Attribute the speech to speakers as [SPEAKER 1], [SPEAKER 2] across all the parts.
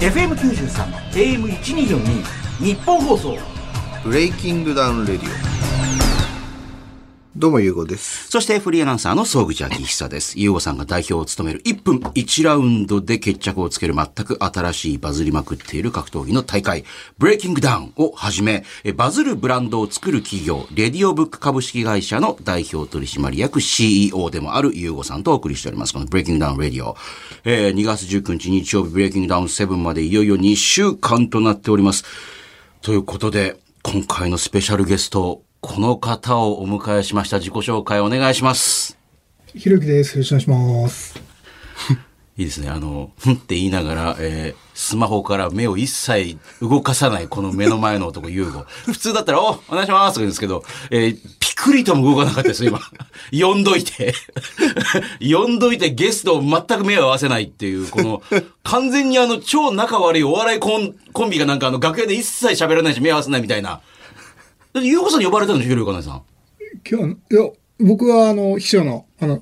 [SPEAKER 1] FM93 AM1242 日本放送
[SPEAKER 2] ブレイキングダウンレディオ。どうも、ゆうごです。
[SPEAKER 3] そしてフリーアナウンサーの総口昭久です。ゆうごさんが代表を務める1分1ラウンドで決着をつける全く新しいバズりまくっている格闘技の大会、ブレイキングダウンをはじめ、えバズるブランドを作る企業、レディオブック株式会社の代表取締役 CEO でもあるゆうごさんとお送りしております。このブレイキングダウンレディオ。えー2月19日日曜日ブレイキングダウン7までいよいよ2週間となっております。ということで、今回のスペシャルゲスト、この方をお迎えしました。自己紹介お願いします。
[SPEAKER 4] ひろきです。よろしくお願いします。
[SPEAKER 3] いいですね。あの、ふんって言いながら、えースマホから目を一切動かさない、この目の前の男、ユーゴ。普通だったら、お、お願いしますとか言うんですけど、えーピクリとも動かなかったです、今。 呼んどいて。 呼んどいてゲストを全く目を合わせないっていう、この、完全にあの、超仲悪いお笑いコンコンビがなんかあの、楽屋で一切喋らないし、目合わせないみたいな。だってユーゴさんに呼ばれたんでしょ、ひろゆかなさん。
[SPEAKER 4] 今日の、いや、僕はあの、秘書の、あの、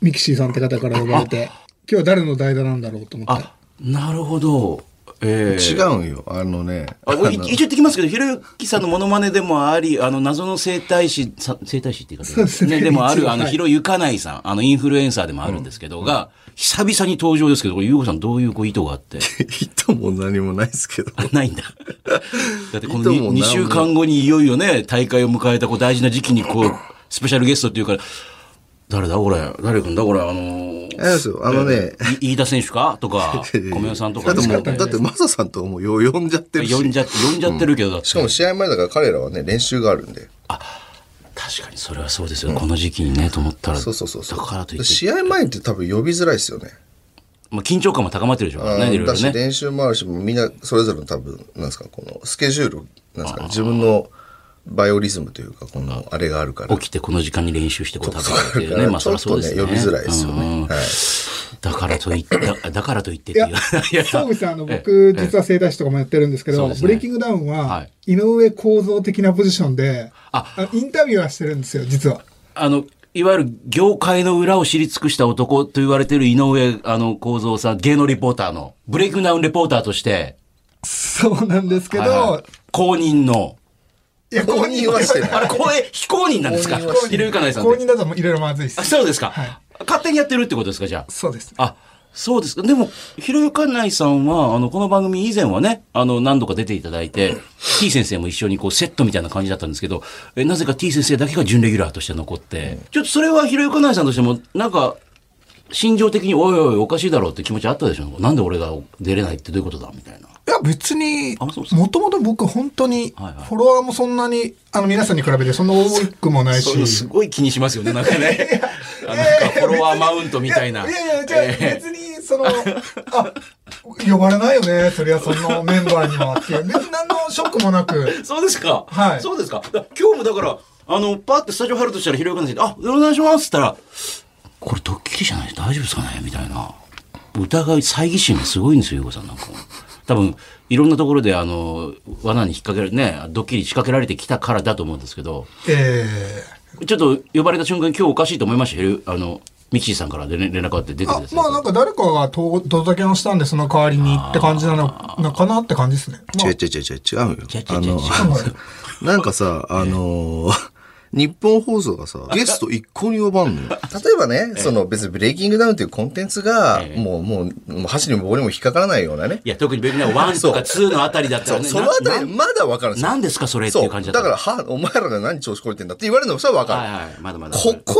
[SPEAKER 4] ミキシーさんって方から呼ばれて、今日は誰の代打なんだろうと思って。
[SPEAKER 3] あ、なるほど。えー
[SPEAKER 2] 違うんよ。あのね。
[SPEAKER 3] あこれい
[SPEAKER 2] の
[SPEAKER 3] 一応言ってきますけど、ひろゆきさんのモノマネでもあり、あの、謎の生態師、さ生態師って言い方
[SPEAKER 4] そうですね
[SPEAKER 3] ね、でもあ
[SPEAKER 4] 一
[SPEAKER 3] る、
[SPEAKER 4] 応
[SPEAKER 3] あの、
[SPEAKER 4] はい
[SPEAKER 3] ひろゆかないさん、あの、インフルエンサーでもあるんですけど、が、久々に登場ですけど、これ、ゆうごさんどういうこう意図があって、
[SPEAKER 2] 意図も何もないですけど。
[SPEAKER 3] あないんだ。 だってこの
[SPEAKER 2] 意図も
[SPEAKER 3] 2,
[SPEAKER 2] 何も
[SPEAKER 3] 週間後にいよいよね、大会を迎えたこう大事な時期にこう、スペシャルゲストっていうから、誰だこれ誰くんだこれあのー
[SPEAKER 2] あれですよ、あのね。
[SPEAKER 3] い飯田選手か とか、米代さんとか
[SPEAKER 2] だってもう、
[SPEAKER 3] ね
[SPEAKER 2] だってマサさんともう呼んじゃってるし。
[SPEAKER 3] 呼んじゃって、呼んじゃってるけど、だって
[SPEAKER 2] しかも試合前だから彼らはね、練習があるんで。
[SPEAKER 3] 確かにそれはそうですよ、この時期にねと思ったら
[SPEAKER 2] そうそうそうそう。
[SPEAKER 3] だからといって、
[SPEAKER 2] 試合前って多分呼びづらいですよね。
[SPEAKER 3] まあ、緊張感も高まってるでしょうからねいろいろ
[SPEAKER 2] だし、
[SPEAKER 3] ね
[SPEAKER 2] 練習もあるし、みんなそれぞれの多分、なんですか、このスケジュール、なんですか、自分のバイオリズムというか、この、あれがあるから。
[SPEAKER 3] 起きてこの時間に練習してこう食べる
[SPEAKER 2] だ
[SPEAKER 3] ってい
[SPEAKER 2] か
[SPEAKER 3] うね
[SPEAKER 2] ら
[SPEAKER 3] まあ
[SPEAKER 2] ち
[SPEAKER 3] そ
[SPEAKER 2] ょ
[SPEAKER 3] りゃ
[SPEAKER 2] っ
[SPEAKER 3] そ
[SPEAKER 2] と
[SPEAKER 3] うで
[SPEAKER 2] ね、
[SPEAKER 3] す
[SPEAKER 2] 呼びづらいですよ
[SPEAKER 3] うん
[SPEAKER 2] ね。はい。
[SPEAKER 3] だからといってだだからといってっていうい
[SPEAKER 4] い
[SPEAKER 3] や
[SPEAKER 4] や
[SPEAKER 3] いや
[SPEAKER 4] 総口さん、あの、
[SPEAKER 3] ええ
[SPEAKER 4] 僕、実は整体師とかもやってるんですけ
[SPEAKER 3] そう
[SPEAKER 4] ど、
[SPEAKER 3] ですね
[SPEAKER 4] ブレイキングダウン
[SPEAKER 3] は
[SPEAKER 4] は、井上構造的なポジションで、
[SPEAKER 3] あ
[SPEAKER 4] あのインタビューはしてるんですよ、実は。
[SPEAKER 3] あのいわゆる業界の裏を知り尽くした男と言われてる井上あの幸三さん芸能リポーターのブレイクダウンレポーターとして
[SPEAKER 4] そうなんですけど、
[SPEAKER 3] はいはい公認の
[SPEAKER 4] いや、
[SPEAKER 2] 公認はしてない
[SPEAKER 3] あれ公営非公認なんですか
[SPEAKER 2] 公認はして
[SPEAKER 3] ひろゆかないさんっ
[SPEAKER 4] 公
[SPEAKER 3] て
[SPEAKER 4] 認だともういろいろまずいで
[SPEAKER 3] あ
[SPEAKER 4] す。
[SPEAKER 3] そうですか、
[SPEAKER 4] はい
[SPEAKER 3] 勝手にやってるってことですかじゃあ
[SPEAKER 4] そうです。
[SPEAKER 3] あ、そうですか。でも、ひろゆかないさんは、あの、この番組以前はね、あの、何度か出ていただいて、T 先生も一緒にこう、セットみたいな感じだったんですけど、えなぜか T 先生だけが準レギュラーとして残って、ちょっとそれはひろゆかないさんとしても、なんか、心情的に、おいおい、おかしいだろうって気持ちあったでしょなんで俺が出れないってどういうことだみたいな。
[SPEAKER 4] いや、別に、
[SPEAKER 3] あそうですか
[SPEAKER 4] もともと僕、本当に、フ
[SPEAKER 3] はいはい
[SPEAKER 4] ォロワーもそんなに、あの、皆さんに比べてそんな多くもない
[SPEAKER 3] そういうの
[SPEAKER 4] し
[SPEAKER 3] す。ごい気にしますよね、なんかね。あのなんかフォロワーマウントみたいな。
[SPEAKER 4] いやいやいや、じゃあ
[SPEAKER 3] え
[SPEAKER 4] 別に、その、あ、呼ばれないよね、そりゃそのメンバーにはっていう。別に何のショックもなく。
[SPEAKER 3] そうですか。
[SPEAKER 4] はい
[SPEAKER 3] そうですか。だ今日もだから、あの、パってスタジオ入るとしたら、ひろゆかさんに、あ、お願いしますって言ったら、これドッキリじゃない大丈夫ですかねみたいな。疑い、猜疑心がすごいんですよ、ゆうこさんなんか。多分、いろんなところで、あの、罠に引っ掛けられ、ね、ドッキリ仕掛けられてきたからだと思うんですけど、
[SPEAKER 4] え
[SPEAKER 3] ちょっと呼ばれた瞬間、今日おかしいと思いましたよ、あの、ミキシーさんからで連連絡あって出
[SPEAKER 4] ー
[SPEAKER 3] てです
[SPEAKER 4] あ、
[SPEAKER 3] ね。
[SPEAKER 4] まあなんか誰かがとどたけをしたんで、その代わりにって感じなのなかなって感じですね。ま
[SPEAKER 2] 違う
[SPEAKER 4] あ
[SPEAKER 2] 違う違う違うよ
[SPEAKER 3] 違う違う違う。
[SPEAKER 2] あ
[SPEAKER 3] 違う
[SPEAKER 2] の、 なんかさ、あのー、日本放送がさ、ゲスト一個に呼ばんのよ。例えばね、その別にブレイキングダウンというコンテンツが、もう、もう、もう箸にも棒にも引っかからないようなね。
[SPEAKER 3] いや、特に別にね、ワンとかツーのあたりだった
[SPEAKER 2] そ
[SPEAKER 3] ら
[SPEAKER 2] う
[SPEAKER 3] ね。
[SPEAKER 2] そのあたり
[SPEAKER 3] な
[SPEAKER 2] まだわかるんですよ。
[SPEAKER 3] なんですかそれっていう感じだった
[SPEAKER 2] そうだから、は、お前らが何調子こいてんだって言われるのもそれはわかる。
[SPEAKER 3] はいはい、まだまだ。
[SPEAKER 2] ここ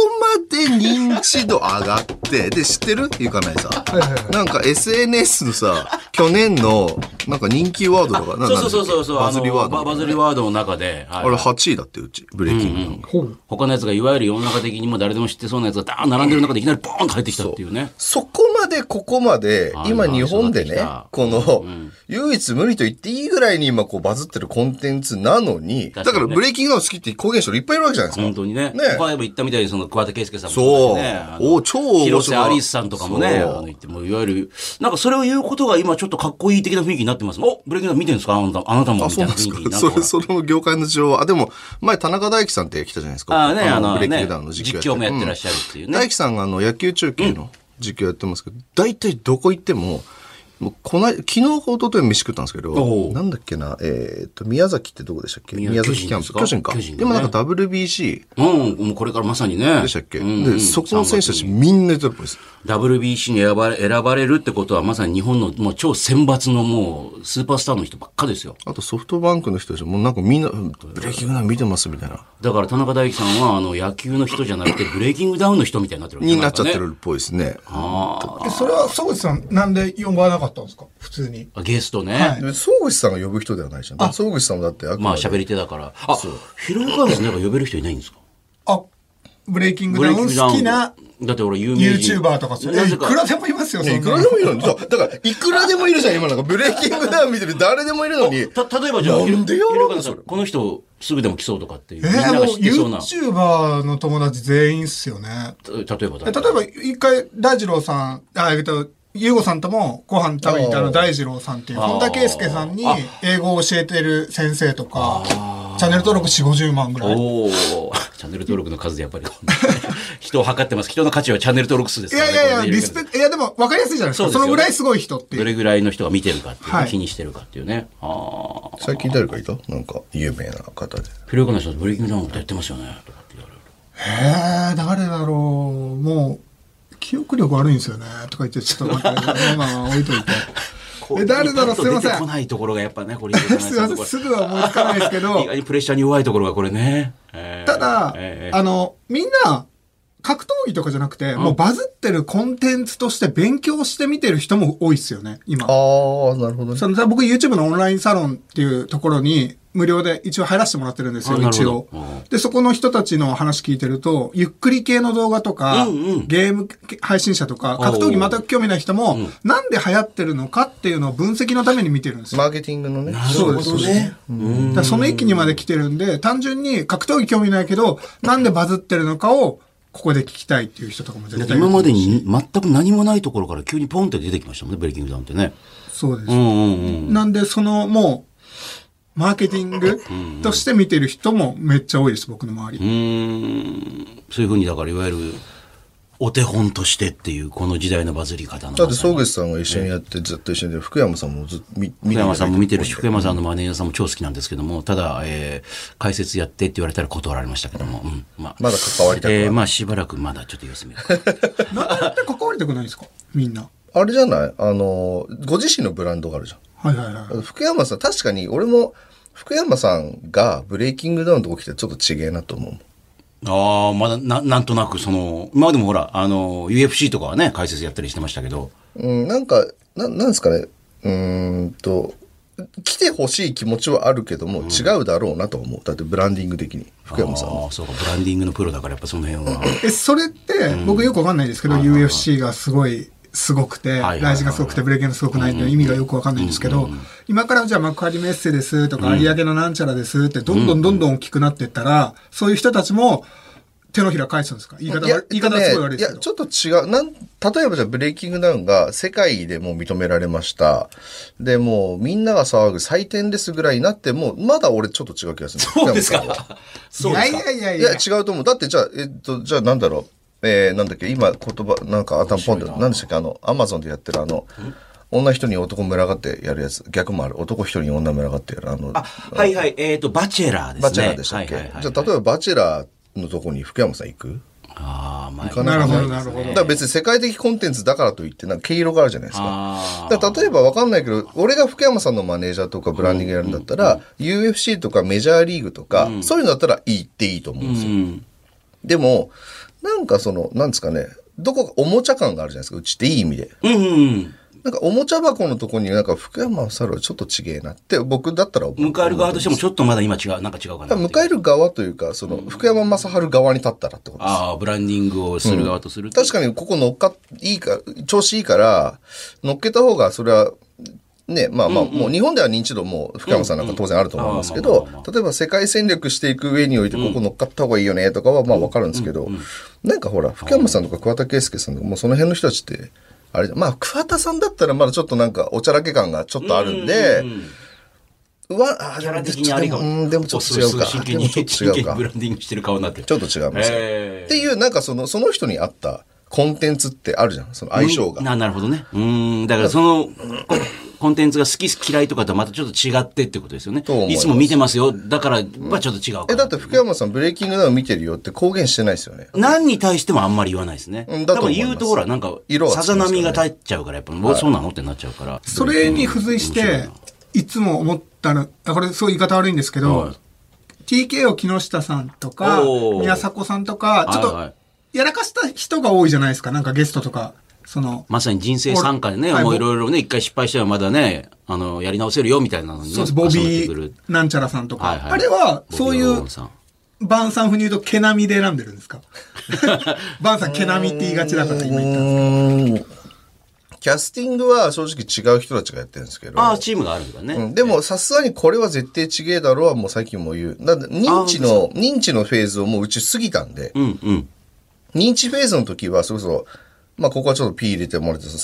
[SPEAKER 2] まで認知度上がって、で、知ってるっていうかないさ
[SPEAKER 4] いはいは。い
[SPEAKER 2] なんか SNS のさ、去年の、なんか人気ワードとか、な
[SPEAKER 3] そうそうそうそうそう、
[SPEAKER 2] なんだっけバズりワー
[SPEAKER 3] あの
[SPEAKER 2] ド。
[SPEAKER 3] ババズりワードの中で、は
[SPEAKER 2] あ
[SPEAKER 3] い
[SPEAKER 2] れ8位だって、うち、ブレイキングダウンが。
[SPEAKER 4] ほう。
[SPEAKER 3] 他のやつがいわゆる世の中的にも誰でも知ってそうなやつがダーン並んでる中でいきなりボーンと入ってきたっていうね。
[SPEAKER 2] そこまでここまで
[SPEAKER 3] あ、ー
[SPEAKER 2] 今日本でね
[SPEAKER 3] そうだ、
[SPEAKER 2] この、唯一無二と言っていいぐらいに今こうバズってるコンテンツなのに、だ
[SPEAKER 3] 確か
[SPEAKER 2] か
[SPEAKER 3] にね
[SPEAKER 2] らブレイキングダウン好きって公言してる人いっぱいいるわけじゃないですか。
[SPEAKER 3] 本当にね。
[SPEAKER 2] ね
[SPEAKER 3] 他は言ったみたいにその桑田佳祐さんも
[SPEAKER 2] そう
[SPEAKER 3] ねあの
[SPEAKER 2] お超面白い
[SPEAKER 3] 広瀬アリスさんとかもね、
[SPEAKER 2] そ
[SPEAKER 3] あ
[SPEAKER 2] う
[SPEAKER 3] の言ってもういわゆる、なんかそれを言うことが今ちょっとかっこいい的な雰囲気になってます。おブレイキングダウン見てるんですかあなたあなたも
[SPEAKER 2] あ、
[SPEAKER 3] み
[SPEAKER 2] そ
[SPEAKER 3] た
[SPEAKER 2] う
[SPEAKER 3] い
[SPEAKER 2] な
[SPEAKER 3] なん雰
[SPEAKER 2] です
[SPEAKER 3] 囲気に
[SPEAKER 2] か。
[SPEAKER 3] なる
[SPEAKER 2] そ
[SPEAKER 3] から
[SPEAKER 2] れ、その業界の情報は。あ、でも、前、田中大輝さんって来たじゃないですか。
[SPEAKER 3] ああね、あの
[SPEAKER 2] ブレイキン
[SPEAKER 3] ね
[SPEAKER 2] グダウンの、実況やっ
[SPEAKER 3] 実
[SPEAKER 2] て
[SPEAKER 3] 況もやってらっしゃるっていうね
[SPEAKER 2] 大。輝さんがあの野球中継の実況やってますけど、大体どこ行っても、もうこない、昨日、おととい飯食ったんですけ
[SPEAKER 3] お
[SPEAKER 2] ど
[SPEAKER 3] う、
[SPEAKER 2] なんだっけな、えっ、と、宮崎ってどこでしたっけ
[SPEAKER 3] 宮
[SPEAKER 2] 宮崎キャンプ。
[SPEAKER 3] 巨
[SPEAKER 2] 巨
[SPEAKER 3] 人
[SPEAKER 2] 人
[SPEAKER 3] ですか
[SPEAKER 2] か。
[SPEAKER 3] 巨人ね
[SPEAKER 2] でもなんか WBC
[SPEAKER 3] うん、もうこれからまさにね。
[SPEAKER 2] でしたっけ、
[SPEAKER 3] うんう
[SPEAKER 2] で、
[SPEAKER 3] ん
[SPEAKER 2] そこの選手た
[SPEAKER 3] 3
[SPEAKER 2] ち
[SPEAKER 3] 月に
[SPEAKER 2] みんな出てるっぽいです。
[SPEAKER 3] WBC に選ばれ選ばれるってことは、まさに日本のもう超選抜のもう、スーパースターの人ばっかですよ。
[SPEAKER 2] あとソフトバンクの人たちもなんかみんな、うんブレイキングダウン見てますみたいな。
[SPEAKER 3] だから田中大輝さんは、あの、野球の人じゃなくて、ブレイキングダウンの人みたいになってるわけ
[SPEAKER 2] になっちゃって。
[SPEAKER 3] んかね
[SPEAKER 2] るっぽいですね。
[SPEAKER 3] あ
[SPEAKER 4] えそれは、曽口さん、なんで呼ばなかったんですか普通に。
[SPEAKER 3] あ、ゲストね。
[SPEAKER 4] はい
[SPEAKER 2] で総口さんが呼ぶ人ではないじゃん。だから総口さんもだってあく
[SPEAKER 3] ま
[SPEAKER 2] ま
[SPEAKER 3] あ、
[SPEAKER 2] で
[SPEAKER 3] 喋り手だから。あ、ヒロカーズなんか呼べる人いないんですか
[SPEAKER 4] あ、ブレイキング
[SPEAKER 3] ブ
[SPEAKER 4] ダ
[SPEAKER 3] レ
[SPEAKER 4] ウ
[SPEAKER 3] イキング
[SPEAKER 4] ン
[SPEAKER 3] ダウン。
[SPEAKER 4] 好きな。
[SPEAKER 3] だって俺有名人。
[SPEAKER 4] YouTuber とかそう
[SPEAKER 3] な
[SPEAKER 4] いう。い
[SPEAKER 3] ぜか
[SPEAKER 4] くらでもいますよ、そ
[SPEAKER 2] ねい
[SPEAKER 4] ん
[SPEAKER 2] くら
[SPEAKER 4] なの
[SPEAKER 2] で。もいるのに、そうだから、いくらでもいるじゃん、今なんか。ブレイキングダウン見てる誰でもいるのに。
[SPEAKER 3] た、例えばじゃあ、
[SPEAKER 2] なんで
[SPEAKER 3] ヒ
[SPEAKER 2] やろうの
[SPEAKER 3] ロカーズさん、この人すぐでも来そうとかっていう。
[SPEAKER 4] え
[SPEAKER 3] みんな
[SPEAKER 4] ー、
[SPEAKER 3] が
[SPEAKER 4] も
[SPEAKER 3] 知ってそうな。
[SPEAKER 4] う YouTuber の友達全員っすよね。
[SPEAKER 3] た例えば
[SPEAKER 4] 例
[SPEAKER 3] だ
[SPEAKER 4] えば、一回、大二郎さん、あ、えっと、ゆうごさんともご飯食べに行ったあの、大二郎さんっていう、
[SPEAKER 3] あー
[SPEAKER 4] 本田圭佑さんに
[SPEAKER 3] あ
[SPEAKER 4] 英語を教えてる先生とか、チャンネル登録4、50万ぐらい。
[SPEAKER 3] おお、チャンネル登録の数でやっぱり 人を測ってます。人の価値はチャンネル登録数です
[SPEAKER 4] い
[SPEAKER 3] から、
[SPEAKER 4] や
[SPEAKER 3] ね。
[SPEAKER 4] いやいや、
[SPEAKER 3] これね
[SPEAKER 4] リスペクト、いやでも分かりやすいじゃないです
[SPEAKER 3] そ
[SPEAKER 4] か。
[SPEAKER 3] うで
[SPEAKER 4] そ
[SPEAKER 3] すよね
[SPEAKER 4] のぐらいすごい人ってい
[SPEAKER 3] ど
[SPEAKER 4] う。
[SPEAKER 3] れぐらいの人が見てるかっていう、
[SPEAKER 4] はい
[SPEAKER 3] 気にしてるかっていうね。ああ。
[SPEAKER 2] 最近誰かいたなんか、有名な方で。
[SPEAKER 3] フレークの人ブレイキングダウンとかやってますよね。とかって言われる
[SPEAKER 4] えー、誰だろう。もう、記憶力悪いんですよね。とか言って、ちょっと待って、 今は置いといて。え、誰だろう、すいませ
[SPEAKER 3] 出てこ
[SPEAKER 4] ん。
[SPEAKER 3] ないところがやっぱね、これ。
[SPEAKER 4] すいません、すぐは思いつかないですけど
[SPEAKER 3] 意。外にプレッシャーに 弱いところがこれね。えー
[SPEAKER 4] ただ、
[SPEAKER 3] えー
[SPEAKER 4] あの、みんな、格闘技とかじゃなくて、もうバズってるコンテンツとして勉強して見てる人も多いですよね、今。
[SPEAKER 2] ああ、なるほどね。
[SPEAKER 4] その僕 YouTube のオンラインサロンっていうところに無料で一応入らせてもらってるんですよ、
[SPEAKER 3] あなるほ
[SPEAKER 4] 一
[SPEAKER 3] ど
[SPEAKER 4] 応
[SPEAKER 3] うん。
[SPEAKER 4] で、そこの人たちの話聞いてると、ゆっくり系の動画とか、
[SPEAKER 3] うんうん
[SPEAKER 4] ゲーム配信者とか、格闘技全く興味ない人も、なんで流行ってるのかっていうのを分析のために見てるんですよ
[SPEAKER 2] マーケティングのね。
[SPEAKER 3] なるほど
[SPEAKER 4] そうです
[SPEAKER 3] ね。うん
[SPEAKER 4] だからその域にまで来てるんで、単純に格闘技興味ないけど、なんでバズってるのかを、ここで聞きたいっていう人とかも
[SPEAKER 3] だ
[SPEAKER 4] 絶
[SPEAKER 3] って
[SPEAKER 4] 対いる
[SPEAKER 3] 今までに全く何もないところから急にポンって出てきましたもんね、ブレイキングダウンってね。
[SPEAKER 4] そうです。
[SPEAKER 3] うんうんうん。
[SPEAKER 4] なんで、その、もう、マーケティングとして見てる人もめっちゃ多いです、僕の周
[SPEAKER 3] う
[SPEAKER 4] り。
[SPEAKER 3] ーんそういうふうにだからいわゆるお手本としてっていうこの時代のバズり方の
[SPEAKER 2] だって、総口さんが一緒にやって、ずっと一緒にやって、福山さんもずっと見
[SPEAKER 3] 福山さんも見てるし福
[SPEAKER 2] 山。
[SPEAKER 3] 山さんのマネージャーさんも超好きなんですけどもただ、えー解説やってって言われたら断られましたけども、うんまあ、
[SPEAKER 2] まだ関わりたくない
[SPEAKER 3] えーまあしばらくまだちょっと様子見るか
[SPEAKER 4] なんで関わりたくないんですかみんな。
[SPEAKER 2] あれじゃないあの、ご自身のブランドがあるじゃん。
[SPEAKER 4] はいはいはい。
[SPEAKER 2] 福山さん、確かに俺も、福山さんがブレイキングダウンとこ来てちょっと違えなと思う。
[SPEAKER 3] ああまだななんとなくそのまあでもほらあの UFC とかはね解説やったりしてましたけど
[SPEAKER 2] うん、なんか、ななんですかね。うーんと、来てほしい気持ちはあるけども、違うだろうなと思う。だってブランディング的に、福山さんは。
[SPEAKER 3] あーそうかブランディングのプロだからやっぱその辺は
[SPEAKER 4] え、それって、僕よくわかんないですけど、UFC がすごい、すごくて、
[SPEAKER 3] はいはい
[SPEAKER 4] ライジがすごくて、ブレイキンがすごくないっていう意味がよくわかんないんですけど、今からじゃあ幕張メッセですとか、有明のなんちゃらですって、どんどんどんどん大きくなっていったら、そういう人たちも手のひら返すんですか言い方
[SPEAKER 2] いや
[SPEAKER 4] は、言い方はすごい悪いです
[SPEAKER 2] い
[SPEAKER 4] け
[SPEAKER 2] や、
[SPEAKER 4] ど
[SPEAKER 2] ち。ょっと違う。なん、例えばじゃあブレイキングダウンが世界でもう認められました。で、もうみんなが騒ぐ採点ですぐらいになっても、まだ俺ちょっと違う気がする。
[SPEAKER 3] そうです
[SPEAKER 2] 福山さんは
[SPEAKER 3] かそうですか
[SPEAKER 4] いやいやいやい
[SPEAKER 2] い
[SPEAKER 4] や
[SPEAKER 2] や、。違うと思う。だってじゃあ、えっと、じゃあなんだろう。えー、なんだっけ、今言葉、なんか頭ポンで、なんでしたっけ、あの、アマゾンでやってるあの、女一人に男群がってやるやつ、逆もある。男一人に女群がってやる。あの、
[SPEAKER 3] あ はいはいえっ、とバチェラーですね
[SPEAKER 2] バチェラーでしたっけ、
[SPEAKER 3] はいはいはい
[SPEAKER 2] じゃあ、例えばバチェラーのとこに福山さん行く
[SPEAKER 3] ああ、まあ、
[SPEAKER 2] 行かな
[SPEAKER 4] なる
[SPEAKER 2] く
[SPEAKER 4] ほ
[SPEAKER 2] ない
[SPEAKER 4] ど、なるほ
[SPEAKER 2] だ
[SPEAKER 4] ど。
[SPEAKER 2] から別に世界的コンテンツだからといって、なんか毛色があるじゃないですか。
[SPEAKER 3] あー
[SPEAKER 2] だから例えばわかんないけど、俺が福山さんのマネージャーとかブランディングやるんだったら、UFC とかメジャーリーグとか、そういうのだったら行っていいと思うんですよ。
[SPEAKER 3] うん。
[SPEAKER 2] でも、なんかその、なんですかね、どこかおもちゃ感があるじゃないですか、うちっていい意味で。
[SPEAKER 3] うんうん。
[SPEAKER 2] なんかおもちゃ箱のとこになんか福山雅治はちょっとちげえなって、僕だったら思う。
[SPEAKER 3] 迎える側としてもちょっとまだ今違う、なんか違うかな。
[SPEAKER 2] 迎える側というか、その、福山雅治側に立ったらってことです。
[SPEAKER 3] ああ、ブランディングをする側とすると。
[SPEAKER 2] 確かにここ乗っかっ、いいか、調子いいから、乗っけた方が、それは、ね、まあまあ、もう日本では認知度も福山さんなんか当然あると思いますけ
[SPEAKER 3] うんう
[SPEAKER 2] ど
[SPEAKER 3] んあーまあまあま、
[SPEAKER 2] 例えば世界戦略していく上において、ここ乗っかった方がいいよねとかはまあわかるんですけど、なんかほら、福山さんとか桑田佳祐さんとか、もうその辺の人たちって、あれ、まあ桑田さんだったらまだちょっとなんかおちゃらけ感がちょっとあるんで
[SPEAKER 3] う、ん
[SPEAKER 2] うわ、あ
[SPEAKER 3] キャ
[SPEAKER 2] ー、
[SPEAKER 3] ラ
[SPEAKER 2] で
[SPEAKER 3] 的
[SPEAKER 2] もち
[SPEAKER 3] に
[SPEAKER 2] ょっ
[SPEAKER 3] あ
[SPEAKER 2] と
[SPEAKER 3] れ
[SPEAKER 2] で
[SPEAKER 3] が
[SPEAKER 2] も、うんでもちょっと違う
[SPEAKER 3] お
[SPEAKER 2] か。
[SPEAKER 3] 真
[SPEAKER 2] で
[SPEAKER 3] 剣
[SPEAKER 2] も
[SPEAKER 3] に、
[SPEAKER 2] ちょっと
[SPEAKER 3] 真
[SPEAKER 2] 違う
[SPEAKER 3] 剣に
[SPEAKER 2] か
[SPEAKER 3] ブ。ランディングしてる顔になってる。
[SPEAKER 2] ちょっと違いますよ。
[SPEAKER 3] ええ
[SPEAKER 2] っていう、なんかその、その人に合った、コンテンツってあるじゃん。その相性が。
[SPEAKER 3] ななるほどね。うん。だからその、こコンテンツが好き嫌いとかとはまたちょっと違ってってことですよね
[SPEAKER 2] と思い。ます
[SPEAKER 3] いつも見てますよ。だから、まあちょっと違うかな
[SPEAKER 2] え、だって福山さんブレイキングダウン見てるよって公言してないですよね。
[SPEAKER 3] 何に対してもあんまり言わないですね。
[SPEAKER 2] うんだと
[SPEAKER 3] 多
[SPEAKER 2] 思
[SPEAKER 3] 分
[SPEAKER 2] います
[SPEAKER 3] 言うとほら、なんか、
[SPEAKER 2] 色はつき
[SPEAKER 3] さ
[SPEAKER 2] ます
[SPEAKER 3] ざ
[SPEAKER 2] よね
[SPEAKER 3] 波が立っちゃうから、やっぱ、そうなのってなっちゃうから。
[SPEAKER 4] それに付随して、いつも思ったの、あこれすごい言い方悪いんですけど、
[SPEAKER 3] はい
[SPEAKER 4] TKO 木下さんとか
[SPEAKER 3] おー、
[SPEAKER 4] 宮迫さんとか、ちょっ
[SPEAKER 3] はいはい
[SPEAKER 4] と、やらかした人が多いじゃないですか、なんかゲストとか、その、
[SPEAKER 3] まさに人生参加でね、
[SPEAKER 4] はい
[SPEAKER 3] もういろいろね、一回失敗してはまだね、あの、やり直せるよみたいなのにね、
[SPEAKER 4] そうです、ボ
[SPEAKER 3] 重なっ
[SPEAKER 4] ビ
[SPEAKER 3] てくる
[SPEAKER 4] ーなんちゃらさんとか、
[SPEAKER 3] はいはい
[SPEAKER 4] あれは、そうい
[SPEAKER 3] ボビーロー
[SPEAKER 4] う
[SPEAKER 3] ン、さん
[SPEAKER 4] バンさん風に言うと、毛並みで選んでるんですか バンさん、毛並みって言いがちだから、今言ったんで
[SPEAKER 2] う
[SPEAKER 4] す
[SPEAKER 2] ん。キャスティングは正直違う人たちがやってるんですけど。
[SPEAKER 3] ああ、チームがあるんだね。
[SPEAKER 2] うんでも、さすがにこれは絶対違えだろうはもう最近も言う。なんで、認知の、認知のフェーズをもううち過ぎたんで、
[SPEAKER 3] うんうん。
[SPEAKER 2] 認知フェーズの時は、それこそ、まあ、ここはちょっと P 入れてもらって、その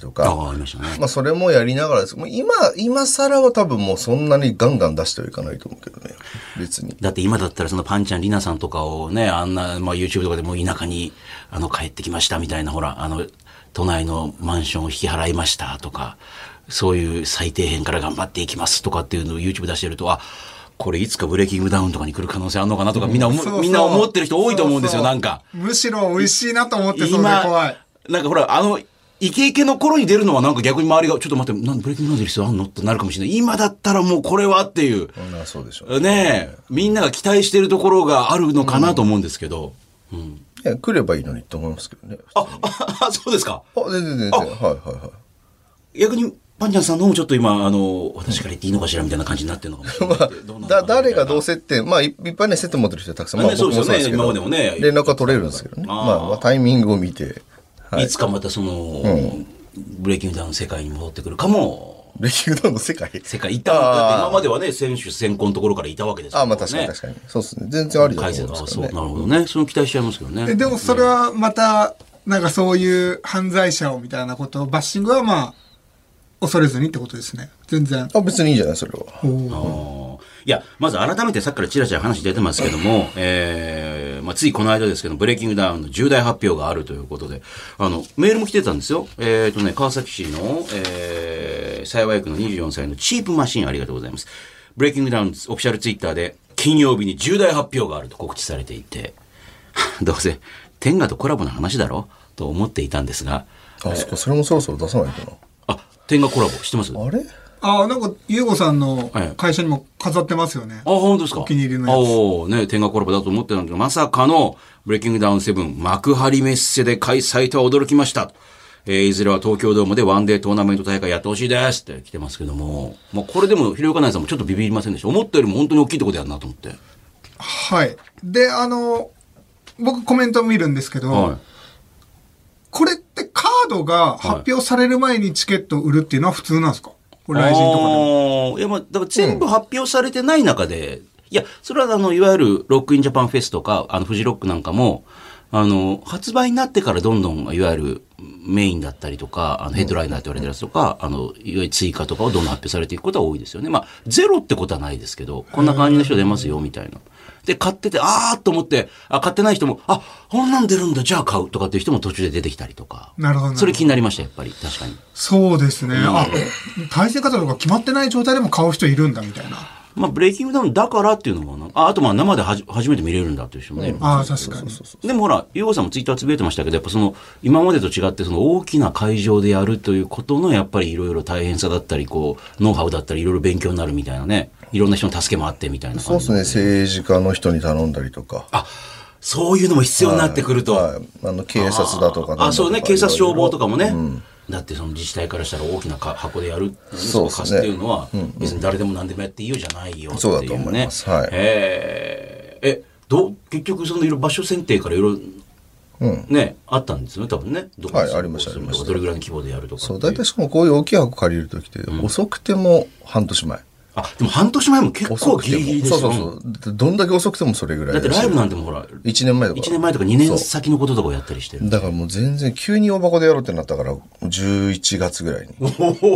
[SPEAKER 2] と
[SPEAKER 3] あ
[SPEAKER 2] か、
[SPEAKER 3] あ、ありましたね。
[SPEAKER 2] まあ、それもやりながらです。もう今、今更は多分もうそんなにガンガン出してはいかないと思うけどね。別に。
[SPEAKER 3] だって今だったらそのパンちゃん、リナさんとかをね、あんな、まあ YouTube とかでもう田舎に、あの、帰ってきましたみたいな、ほら、あの、都内のマンションを引き払いましたとか、そういう最底辺から頑張っていきますとかっていうのを YouTube 出してると、あ、これいつかブレイキングダウンとかに来る可能性あるのかなとか、みんな思う、
[SPEAKER 4] そうそう
[SPEAKER 3] みんな思ってる人多いと思うんですよ、
[SPEAKER 4] そそ
[SPEAKER 3] なんか。
[SPEAKER 4] むしろ美味しいなと思ってそうで怖い。
[SPEAKER 3] なんかほら、あの、イケイケの頃に出るのはなんか逆に周りが、ちょっと待って、なんでブレイキングダウン出る必要あんのってなるかもしれない。今だったらもうこれはっていう。
[SPEAKER 2] まあ、そうでしょう。
[SPEAKER 3] ねえ、みんなが期待してるところがあるのかなと思うんですけど。うん
[SPEAKER 2] いや来ればいいのにと思いますけどね。あ、
[SPEAKER 3] あ、そうですか。
[SPEAKER 2] 全然全然。はいはいはい。
[SPEAKER 3] 逆に、パンちゃんさんの方もちょっと今、あの、私から言っていいのかしらみたいな感じになってるのかもしれない。どうなのかな
[SPEAKER 2] だ誰がどうせって、まあ、いいっぱいね、セット持ってる人たくさん、まあ、
[SPEAKER 3] ねそう
[SPEAKER 2] 僕
[SPEAKER 3] で
[SPEAKER 2] も
[SPEAKER 3] すよ
[SPEAKER 2] そうで
[SPEAKER 3] ね
[SPEAKER 2] すけど、
[SPEAKER 3] 今までもね
[SPEAKER 2] 連絡は取れるんですけどね。
[SPEAKER 3] あ
[SPEAKER 2] ま
[SPEAKER 3] ー、
[SPEAKER 2] あ、まあタイミングを見て、はいい。
[SPEAKER 3] つかまたその、ブレイキングダウンの世界に戻ってくるかも。
[SPEAKER 2] レキューダウンの世界
[SPEAKER 3] 世界いた。
[SPEAKER 2] あー
[SPEAKER 3] だって今まではね、選手先行のところからいたわけです
[SPEAKER 2] あ、まあ確かに確かに。そうですね。全然ありだと
[SPEAKER 3] 改
[SPEAKER 2] 思う
[SPEAKER 3] 正
[SPEAKER 2] んですけ
[SPEAKER 3] の、あそう、
[SPEAKER 2] ど
[SPEAKER 3] なる
[SPEAKER 2] ね。
[SPEAKER 3] ほどね。その期待しちゃいますけどね。
[SPEAKER 4] えでもそれはまた、なんかそういう犯罪者をみたいなことを、バッシングはまあ、恐れずにってことですね。全然。
[SPEAKER 2] あ、別にいいんじゃないそれは。
[SPEAKER 4] おー
[SPEAKER 3] あーいや、まず改めてさっきからちらちら話出てますけ ども、えーまあ、ついこの間ですけど、ブレイキングダウンの重大発表があるということで、あの、メールも来てたんですよ。えっ、とね、川崎市の、えー、幸い区の24歳のチープマシンありがとうございます。ブレイキングダウンオフィシャルツイッターで、金曜日に重大発表があると告知されていて、 どうせ、天下とコラボの話だろと思っていたんですが、
[SPEAKER 2] あ、そっか、それもそろそろ出さないと
[SPEAKER 3] あ、天下コラボ知ってます
[SPEAKER 2] な。あれ
[SPEAKER 4] ああ、なんか、ゆうごさんの
[SPEAKER 3] はい
[SPEAKER 4] 会社にも飾ってますよ
[SPEAKER 3] あ、
[SPEAKER 4] ね。
[SPEAKER 3] 本当ですか
[SPEAKER 4] お気に入りのやつ
[SPEAKER 3] おーね、天下コラボだと思ってたんですけど、まさかの、ブレイキングダウン7、幕張メッセで開催とは驚きました。えーいずれは東京ドームでワンデートーナメント大会やってほしいですって来てますけども、まあ、これでも、ひろゆかないさんもちょっとビビりませんでした。思ったよりも本当に大きいところでやるなと思って。
[SPEAKER 4] はい。で、あの、僕コメント見るんですけど、
[SPEAKER 3] はい。
[SPEAKER 4] これってカードが発表される前にチケットを売るっていうのは普通なんですかこれ、来人とかでも。
[SPEAKER 3] あーいや、まあ、だから全部発表されてない中で、いや、それはあの、いわゆるロックインジャパンフェスとか、あの、フジロックなんかも、あの、発売になってからどんどん、いわゆるメインだったりとか、あのヘッドライナーって言われてるやつとか、あの、いわゆる追加とかをどんどん発表されていくことは多いですよね。まあ、ゼロってことはないですけど、こんな感じの人出ますよ、みたいな。で、買ってて、あーっと思って、あ、買ってない人も、あ、こんなん出るんだ、じゃあ買うとかっていう人も途中で出てきたりとか。
[SPEAKER 4] なるほどなるほど
[SPEAKER 3] それ気になりました、やっぱり。確かに。
[SPEAKER 4] そうですね。あ、対戦方とか決まってない状態でも買う人いるんだみたいな。
[SPEAKER 3] まあ、ブレイキングダウンだからっていうのもなんかああとまあ生ではじ初めて見れるんだっていう人もね、います
[SPEAKER 4] ああ、確かに。
[SPEAKER 3] でもほら、ゆうごさんもツイッターつぶやいてましたけど、やっぱその、今までと違って、その大きな会場でやるということの、やっぱりいろいろ大変さだったり、こう、ノウハウだったり、いろいろ勉強になるみたいなね、いろんな人の助けもあってみたいな
[SPEAKER 2] そう
[SPEAKER 3] 感
[SPEAKER 2] で
[SPEAKER 3] じ
[SPEAKER 2] すね。政治家の人に頼んだりとか。
[SPEAKER 3] あ、そういうのも必要になってくると。
[SPEAKER 2] はいあの、警察だとかなんだとか
[SPEAKER 3] あ、そうね、警察消防とかも
[SPEAKER 2] い
[SPEAKER 3] ね。
[SPEAKER 2] ろいろ
[SPEAKER 3] だってその自治体からしたら大きなか箱でやる
[SPEAKER 2] そうですね
[SPEAKER 3] 貸すっていうのは別に誰でも何でもやっていいよじゃないよっていうね。
[SPEAKER 2] そうだと思いますはい
[SPEAKER 3] えーえ、どう結局そのいろいろ場所選定からいろいろ
[SPEAKER 2] うん。
[SPEAKER 3] ね、あったんですよね、多分ね。どこに
[SPEAKER 2] はいありました
[SPEAKER 3] どこに
[SPEAKER 2] ありました
[SPEAKER 3] どれぐらいの規模でやるとかってい
[SPEAKER 2] そう、大体しかもこういう大きい箱借りるときって、遅くても半年前。
[SPEAKER 3] あ、でも半年前も結
[SPEAKER 2] 遅
[SPEAKER 3] 構
[SPEAKER 2] く
[SPEAKER 3] ギリギリ
[SPEAKER 2] て
[SPEAKER 3] で
[SPEAKER 2] も。
[SPEAKER 3] す
[SPEAKER 2] そ
[SPEAKER 3] よ
[SPEAKER 2] うそうそう。どんだけ遅くてもそれぐらい
[SPEAKER 3] だって
[SPEAKER 2] し
[SPEAKER 3] ライブなんてもうほら、1
[SPEAKER 2] 1年前とか。
[SPEAKER 3] 年前とか2年
[SPEAKER 2] そう
[SPEAKER 3] 先のこととかやったりしてる。
[SPEAKER 2] だからもう全然急に大箱でやろうってなったから、11月ぐらいに。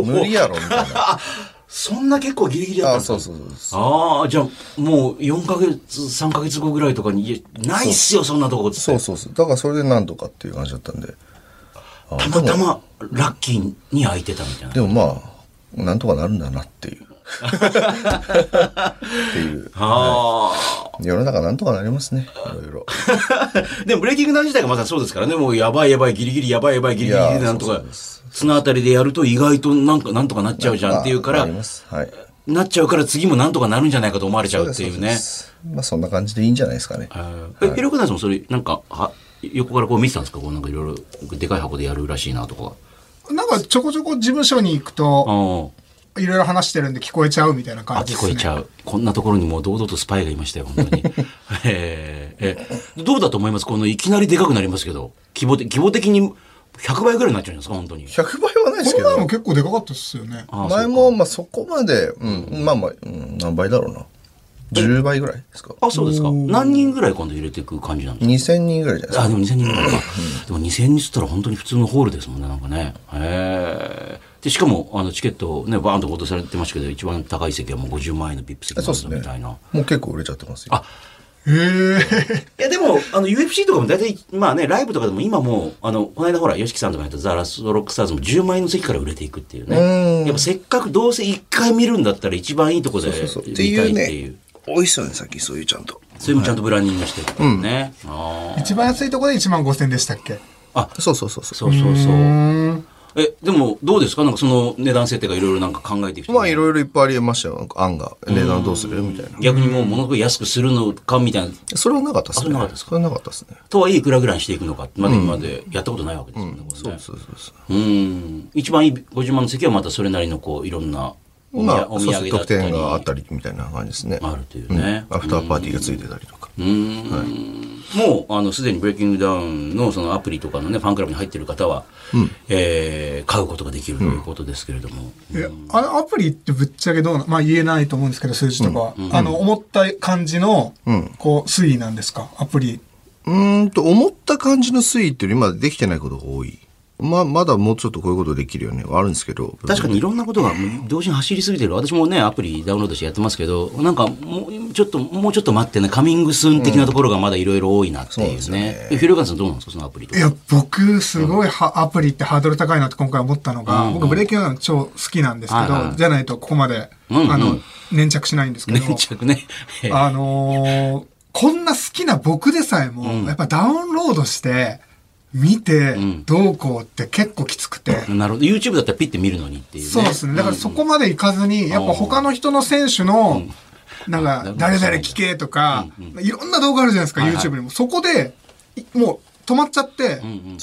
[SPEAKER 2] 無理やろみたいな。
[SPEAKER 3] そんな結構ギリギリだった
[SPEAKER 2] あ
[SPEAKER 3] んです
[SPEAKER 2] そうそ
[SPEAKER 3] か
[SPEAKER 2] うそうそう。
[SPEAKER 3] ああ、じゃあ、もう4ヶ月、3ヶ月後ぐらいとかに、いや、ないっすよ、そんなとこっつって。
[SPEAKER 2] そうそうそう。だからそれで何とかっていう感じだったんで。あ
[SPEAKER 3] たまたま、ラッキーに空いてたみたいな。
[SPEAKER 2] でもまあ、なんとかなるんだなっていう。っていう。
[SPEAKER 3] あ
[SPEAKER 2] 世の中なんとかなりますね。いろいろ。
[SPEAKER 3] あ。 でも、ブレイキングダウン自体がまだそうですからね、もうやばいやばい、ギリギリ、やばいやばい、ギリギリ
[SPEAKER 2] いや
[SPEAKER 3] でなんと
[SPEAKER 2] そう
[SPEAKER 3] か
[SPEAKER 2] そうそ、
[SPEAKER 3] 綱あたりでやると意外となんか、なんとか なっちゃうじゃんっていうか
[SPEAKER 2] まあ
[SPEAKER 3] ら
[SPEAKER 2] あり、ます。はい。
[SPEAKER 3] なっちゃうから次もなんとかなるんじゃないかと思われちゃうっていう
[SPEAKER 2] そうで
[SPEAKER 3] ね。
[SPEAKER 2] すそうですまあそんな感じでいいんじゃないですかね。
[SPEAKER 3] あーえ、ひろくなさんもそれ、なんか、は横からこう見てたんですかこうなんかいろいろ、でかい箱でやるらしいなとか。
[SPEAKER 4] なんかちょこちょこ事務所に行く
[SPEAKER 3] あ
[SPEAKER 4] と、
[SPEAKER 3] ー
[SPEAKER 4] いろいろ話してるんで聞こえちゃうみたいな
[SPEAKER 3] あ、
[SPEAKER 4] 感じ
[SPEAKER 3] 聞こえ
[SPEAKER 4] ですね。
[SPEAKER 3] ちゃう。こんなところにもう堂々とスパイがいましたよ、本 当に。えーえーどうだと思いますこのいきなりでかくなりますけど、規模的規模的に100倍ぐらいになっちゃうんですか、本当に。
[SPEAKER 2] 100倍はないですけ
[SPEAKER 4] この前も
[SPEAKER 2] ど。
[SPEAKER 4] 結構でかかったっすよね。
[SPEAKER 3] あー
[SPEAKER 2] 前
[SPEAKER 3] そう
[SPEAKER 2] も、まあそこまで、うん、まあまあ、うん何倍だろうな。10倍ぐらいですか。
[SPEAKER 3] あ、そうですか。何人ぐらい今度入れていく感じなんです
[SPEAKER 2] 2000人ぐらいじゃないですか。
[SPEAKER 3] かあ、でも2000人ぐらいか。でも2000人っつったら本当に普通のホールですもんね、なんかね。えーで、しかも、あの、チケットね、バーンと報道されてましたけど、一番高い席はもう50万円の VIP 席
[SPEAKER 2] あ
[SPEAKER 3] なん
[SPEAKER 2] そう
[SPEAKER 3] だ
[SPEAKER 2] ですね
[SPEAKER 3] みたいな。
[SPEAKER 2] もう結構売れちゃってますよ。
[SPEAKER 3] あ
[SPEAKER 4] へえ。
[SPEAKER 3] いやでも、あの、UFC とかも大体、まあね、ライブとかでも今もう、あの、この間ほら、吉木さんとかやったザ・ラストロックスターズも10万円の席から売れていくっていうね。やっぱせっかくどうせ一回見るんだったら一番いいとこで見たい
[SPEAKER 2] そうそう
[SPEAKER 3] っていう。。
[SPEAKER 2] 多いっすよね、最近そういうちゃんと。
[SPEAKER 3] それもちゃんとブランディングしてるね。あー
[SPEAKER 4] 一番安いところで1万5千でしたっけ
[SPEAKER 2] そうそうそうそ
[SPEAKER 3] そうそうそうう。
[SPEAKER 4] ーん。
[SPEAKER 3] え、でも、どうですかなんかその値段設定がいろいろなんか考えてきて。
[SPEAKER 2] う。まあいろいろいっぱいありましたよ。なんか案が。値段どうするみたいな。
[SPEAKER 3] 逆にもうものすごい安くするのかみたいな。
[SPEAKER 2] それはなかったっすね。
[SPEAKER 3] あそれなかったですか
[SPEAKER 2] それはなかったっすね。
[SPEAKER 3] とはいえいくらぐらいにしていくのかまで今までやったことないわけですもんね。これね
[SPEAKER 2] そうそうそうそう。
[SPEAKER 3] うん一番いい50万の席はまたそれなりのこういろんなお,、
[SPEAKER 2] まあ、
[SPEAKER 3] お
[SPEAKER 2] そう
[SPEAKER 3] 土
[SPEAKER 2] そう
[SPEAKER 3] 産だっ
[SPEAKER 2] 特
[SPEAKER 3] たり
[SPEAKER 2] 典があったりみたいな感じですね。
[SPEAKER 3] あるというね
[SPEAKER 2] んアフターパーティーがついてたりとか。
[SPEAKER 3] うんもうあのすでに「ブレイキングダウンの」そのアプリとかのねファンクラブに入ってる方は、えー買うことができるということですけれども、
[SPEAKER 4] えあのアプリってぶっちゃけどうな、まあ言えないと思うんですけど、数字とかは。あの、思った感じの、こう、推移なんですかアプリ。
[SPEAKER 2] うーんと、思った感じの推移っていうよりまだできてないことが多い。まあ、まだもうちょっとこういうことできるよね。はあるんですけど。
[SPEAKER 3] 確かにいろんなことがもう同時に走りすぎてる私もねアプリダウンロードしてやってますけどなんかもうちょっともうちょっと待ってねカミングスーン的なところがまだいろいろ多いなっていうね,、えフィルガンさんどうなんですかそのアプリと
[SPEAKER 4] い
[SPEAKER 3] か
[SPEAKER 4] や、僕、すごいは、アプリってハードル高いなって今回思ったのが、僕、ブレイキングダウン超好きなんですけど、
[SPEAKER 3] はいはい
[SPEAKER 4] じゃないとここまで、
[SPEAKER 3] うんうん
[SPEAKER 4] あの、粘着しないんですけど、
[SPEAKER 3] 粘着ね
[SPEAKER 4] あのーこんな好きな僕でさえも、やっぱダウンロードして、見て、どうこうって結構きつくて、
[SPEAKER 3] なるほど YouTube だったらピッて見るのにっていうね
[SPEAKER 4] そうですね。だからそこまで行かずに、やっぱ他の人の選手の、なんか、誰々聞けとか、いろんな動画あるじゃないですか、YouTube にも。そこで、いもう止まっちゃって、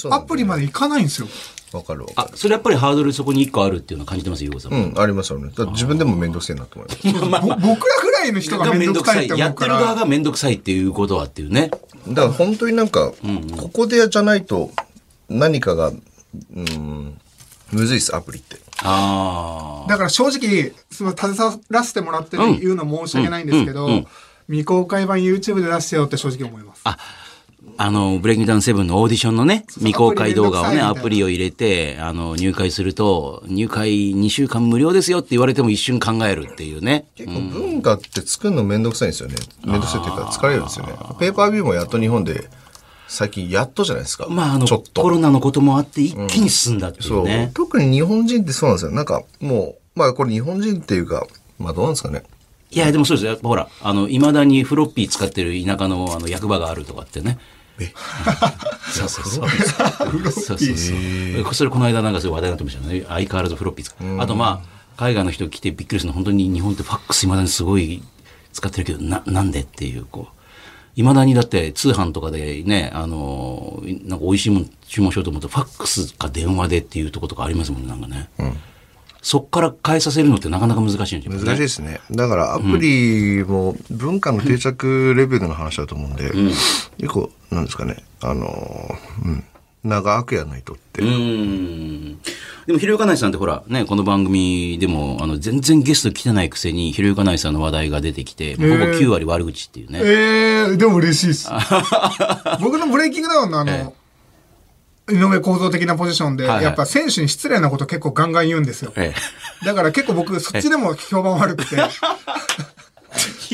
[SPEAKER 4] アプリまで行かないんですよ。
[SPEAKER 2] わかるわか
[SPEAKER 3] あ、それやっぱりハードルそこに一個あるっていうのは感じてますよ、ゆうこさん
[SPEAKER 2] る。うん、ありますよね。だから自分でも面倒くせえなと思います。
[SPEAKER 4] ぼ僕らぐらいの人がめんどくさいって
[SPEAKER 3] や
[SPEAKER 4] 思
[SPEAKER 3] っ
[SPEAKER 4] う
[SPEAKER 3] て
[SPEAKER 4] か
[SPEAKER 3] る側
[SPEAKER 4] ら、
[SPEAKER 3] が面倒くさいっていうことはっていうね。
[SPEAKER 2] だから本当になんか、ここでじゃないと何かが、うん、むずいっす、アプリって。
[SPEAKER 3] ああ。
[SPEAKER 4] だから正直、その携わらせてもらってる言うのは申し訳ないんですけど、未公開版 YouTube で出してよって正直思います。
[SPEAKER 3] あの、ブレイキングダウンセブンのオーディションのね、
[SPEAKER 4] う
[SPEAKER 3] 未公開動画をね、
[SPEAKER 4] ア
[SPEAKER 3] ア
[SPEAKER 4] プ
[SPEAKER 3] プ
[SPEAKER 4] リ
[SPEAKER 3] リを入れて、あの、入会すると、入会2週間無料ですよって言われても一瞬考えるっていうね。
[SPEAKER 2] 結構文化って作るの面倒くさいんですよね。面倒くさいっていうか疲れるんですよね。ペーパービューもやっと日本で、最近やっとじゃないですか。
[SPEAKER 3] まあ、あの、
[SPEAKER 2] ちょっ
[SPEAKER 3] コ
[SPEAKER 2] と。
[SPEAKER 3] ロナのこともあって一気に進んだってい
[SPEAKER 2] そうう、
[SPEAKER 3] ね。
[SPEAKER 2] 特に日本人ってそうなんですよ。なんかもう、まあこれ日本人っていうか、まあどうなんですかね。
[SPEAKER 3] いや、でもそうですよ。やっぱほら、あの、未だにフロッピー使ってる田舎の、あの、役場があるとかってね。 そうそう そう。そうそうそう。それこの間なんかそういう話題になってましたよね。相変わらずフロッピー使うあとまあ、海外の人来てびっくりするのは本当に日本ってファックス未だにすごい使ってるけど、な、なんでっていう、こう。未だにだって通販とかでね、あの、なんか美味しいもん注文しようと思うと、ファックスか電話でっていうとことかありますもんね、なんかね。そっから変えさせるのってなかなか難しいんですよね。
[SPEAKER 2] 難しいですね。だからアプリも文化の定着レベルの話だと思うんで、結構、なんですかね、あの、うん、長くやらないとって。
[SPEAKER 3] うんでも、ひろゆかないさんってほら、ね、この番組でも、あの、全然ゲスト来てないくせに、ひろゆかないさんの話題が出てきて、もうほぼ9割悪口っていうね。
[SPEAKER 4] えー、でも嬉しいです。僕のブレイキングダウンのあの、井上構造的なポジションで、
[SPEAKER 3] はいはい
[SPEAKER 4] やっぱ選手に失礼なこと結構ガンガン言うんですよ。
[SPEAKER 3] え
[SPEAKER 4] だから結構僕、そっちでも評判 悪くて、
[SPEAKER 3] え、い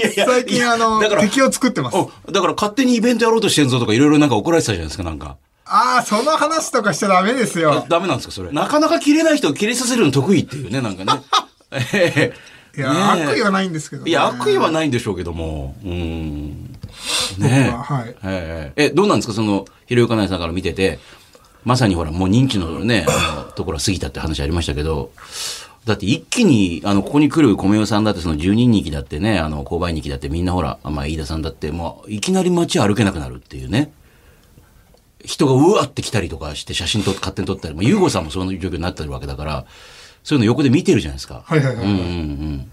[SPEAKER 3] やいや
[SPEAKER 4] 最近あの
[SPEAKER 3] だから、
[SPEAKER 4] 敵を作ってます。
[SPEAKER 3] おだから勝手にイベントやろうとしてんぞとかいろいろなんか怒られてたじゃないですか、なんか。
[SPEAKER 4] ああ、その話とかしちゃダメですよ。
[SPEAKER 3] ダメなんですか、それ。なかなか切れない人を切れさせるの得意っていうね、なんか ね。ええ
[SPEAKER 4] いや、
[SPEAKER 3] ねえ
[SPEAKER 4] 悪意はないんですけど、
[SPEAKER 3] いや、悪意はないんでしょうけども。うん。ねえ。
[SPEAKER 4] 僕ははい
[SPEAKER 3] えええ、どうなんですかその、ひろゆかないさんから見てて、まさにほら、もう認知のね、あのところは過ぎたって話ありましたけど、だって一気に、あの、ここに来る米代さんだって、その十人きだってね、あの、購買人気だってみんなほら、まあ、飯田さんだって、もう、いきなり街歩けなくなるっていうね。人がうわって来たりとかして写真と勝手に撮ったり、もう、ゆうごさんもそういう状況になってるわけだから、そういうの横で見てるじゃないですか。
[SPEAKER 4] はいはいはいはい
[SPEAKER 3] うんうんうん。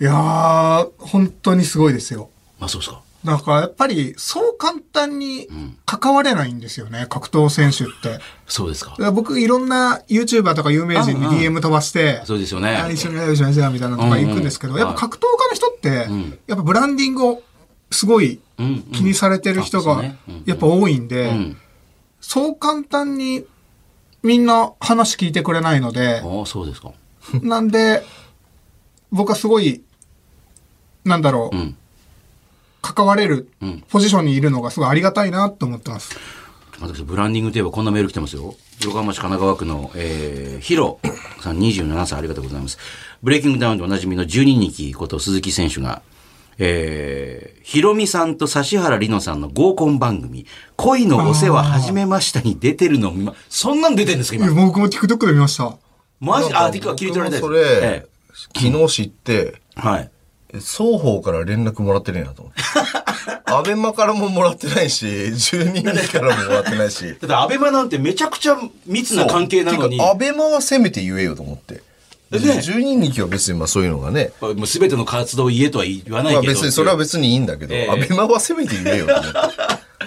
[SPEAKER 4] いやー、本当にすごいですよ。
[SPEAKER 3] まあ、そうですか。
[SPEAKER 4] なんかやっぱり、そう簡単に関われないんですよね、格闘選手って。
[SPEAKER 3] そうですか
[SPEAKER 4] だ。から僕、いろんな YouTuber とか有名人に
[SPEAKER 3] うんうん
[SPEAKER 4] DM 飛ばして、
[SPEAKER 3] そうですよね。
[SPEAKER 4] あ一緒にやるじゃんじゃんみたいなのとか行くんですけど、
[SPEAKER 3] うんうん
[SPEAKER 4] やっぱ格闘家の人って、やっぱブランディングをすごい
[SPEAKER 3] うん
[SPEAKER 4] 気にされてる人
[SPEAKER 3] あそう
[SPEAKER 4] が
[SPEAKER 3] ねうんうん
[SPEAKER 4] やっぱ多いんで、
[SPEAKER 3] うん。
[SPEAKER 4] そう簡単にみんな話聞いてくれないので、
[SPEAKER 3] ああ、そうですか。
[SPEAKER 4] なんで、僕はすごい、なんだろう、
[SPEAKER 3] うん。
[SPEAKER 4] 関われる
[SPEAKER 3] うん
[SPEAKER 4] ポジションにいるのがすごいありがたいなと思ってます。
[SPEAKER 3] 私、ブランディングといえばこんなメール来てますよ。横浜市神奈川区の、えー、ヒロさん27歳ありがとうございます。ブレイキングダウンでおなじみの12日こと鈴木選手が、えー、ヒロミさんと指原莉乃さんの合コン番組、恋のお世話始めましたに出てるのを見ま、そんなん出てるんですか
[SPEAKER 4] いや
[SPEAKER 3] 今。
[SPEAKER 4] 僕も TikTok で見ました。
[SPEAKER 3] マジ、あ、て
[SPEAKER 2] 僕
[SPEAKER 3] か、切り取られたやつ
[SPEAKER 2] もそれ
[SPEAKER 3] え、
[SPEAKER 2] 昨日知って、
[SPEAKER 3] えはい。
[SPEAKER 2] 双方から連絡もらってねえなと思 って。アベマからももらってないし、12人からももらってないし。
[SPEAKER 3] だって、アベマなんてめちゃくちゃ密な関係なのに、
[SPEAKER 2] てかア
[SPEAKER 3] や
[SPEAKER 2] ベマはせめて言えよと思って。
[SPEAKER 3] ね
[SPEAKER 2] 12人は別にまあそういうのがね。
[SPEAKER 3] っぱもう全ての活動を言えとは言わない
[SPEAKER 2] ま
[SPEAKER 3] け
[SPEAKER 2] あ
[SPEAKER 3] ど。
[SPEAKER 2] 別に、それは別にいいんだけど、
[SPEAKER 3] ええ
[SPEAKER 2] アベマはせめて言えよと思って。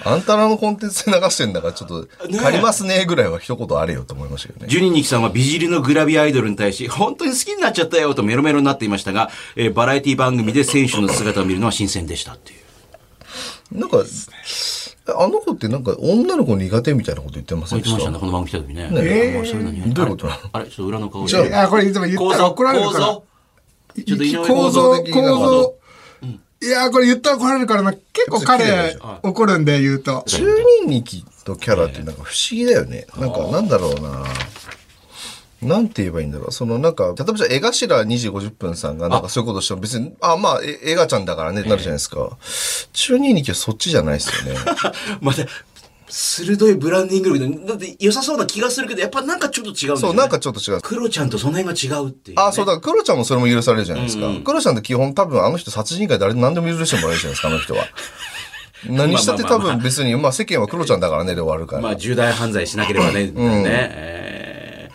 [SPEAKER 2] あんたらのコンテンツで流してんだから、ちょっと
[SPEAKER 3] ね、え
[SPEAKER 2] 借りますねぐらいは一言あれよと思いましたけどね。
[SPEAKER 3] ジュニニキさんは美尻のグラビアアイドルに対し、本当に好きになっちゃったよとメロメロになっていましたが、えーバラエティ番組で選手の姿を見るのは新鮮でしたっていう。
[SPEAKER 2] なんか、あの子ってなんか女の子苦手みたいなこと言ってませ
[SPEAKER 3] 言
[SPEAKER 2] ん
[SPEAKER 3] っ
[SPEAKER 2] で
[SPEAKER 3] て
[SPEAKER 2] した
[SPEAKER 3] ましたね、この番組来た時ね。
[SPEAKER 2] ね
[SPEAKER 3] あもうそういうのに
[SPEAKER 2] どういうことなの
[SPEAKER 3] あれ、ちょっと裏の顔
[SPEAKER 2] じゃ
[SPEAKER 4] いや、これでも言ったら怒られるから。
[SPEAKER 3] ちょっと井上
[SPEAKER 4] 構
[SPEAKER 2] 構造
[SPEAKER 4] 造、
[SPEAKER 2] 的な
[SPEAKER 4] 構造。いや、これ言ったら怒られるからな。結構彼
[SPEAKER 2] ちょっと嫌いでし、
[SPEAKER 4] 怒るんで言うと。
[SPEAKER 2] 中人力とキャラってなんか不思議だよね。なんかなんだろうな。なんて言えばいいんだろう。そのなんか、例えばじゃあ、江頭2時50分さんがなんかそういうことしても別に、あ、まあ、え江頭ちゃんだからねってなるじゃないですか。中人力はそっちじゃないですよ ね。
[SPEAKER 3] また、鋭いブランディング力で、だって良さそうな気がするけど、やっぱなんかちょっと違うんだよね。
[SPEAKER 2] そう、なんかちょっと違う。
[SPEAKER 3] クロちゃんとその辺が違うっていう、
[SPEAKER 2] あ、そう
[SPEAKER 3] だ。
[SPEAKER 2] だから、クロちゃんもそれも許されるじゃないですか。クロちゃんって基本多分あの人殺人会誰でも何でも許してもらえるじゃないですか、あの 人は。何したって多分別に、まあ世間はクロちゃんだからねで終わるから。
[SPEAKER 3] まあ、重大犯罪しなければね、みたいなね。えー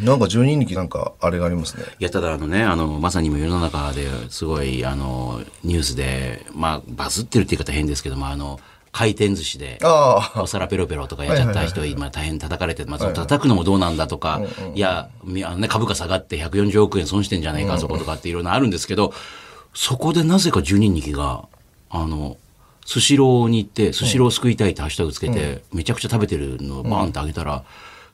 [SPEAKER 2] なんか十人力なんかあれがありますね。
[SPEAKER 3] いや、ただあのね、あの、まさに今世の中ですごい、あの、ニュースで、まあ、バズってるって言い方変ですけども、あの、回転寿司で、
[SPEAKER 2] ああ。
[SPEAKER 3] お皿ペロペロとかやっちゃった人、今大変叩かれて、まあ、その叩くのもどうなんだとか、いや、みあのね、株価下がって140億円損してんじゃないか、そことかっていろいろあるんですけど、そこでなぜか10人力が、あの、スシローに行って、スシローを救いたいってハッシュタグつけて、めちゃくちゃ食べてるのをバーンってあげたら、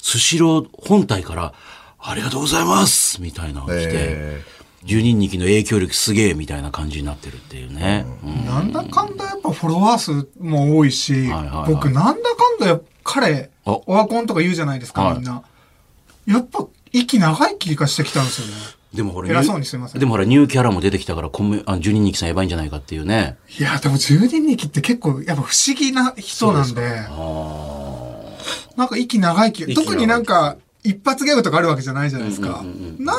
[SPEAKER 3] スシロー本体から、ありがとうございますみたいなのが来て
[SPEAKER 2] へ、
[SPEAKER 3] 10人力の影響力すげえみたいな感じになってるっていうね。うん
[SPEAKER 4] なんだかんだやっぱフォロワー数も多いし
[SPEAKER 3] はいはいはい、
[SPEAKER 4] 僕なんだかんだやっぱ彼、
[SPEAKER 3] お
[SPEAKER 4] オワコンとか言うじゃないです
[SPEAKER 3] は
[SPEAKER 4] か、
[SPEAKER 3] い
[SPEAKER 4] みんな。やっぱ、息長い気がしてきたんですよね。
[SPEAKER 3] でもほら、
[SPEAKER 4] 偉そうにすいません
[SPEAKER 3] でもほら、ニューキャラも出てきたから、コメあジュニニキさんやばいんじゃないかっていうね。
[SPEAKER 4] いや、でも十人力って結構、やっぱ不思議な人なんで、なんか息長い気が、
[SPEAKER 3] 息長い
[SPEAKER 4] 特になんか、一発ギャグとかあるわけじゃないじゃないですか。なんとな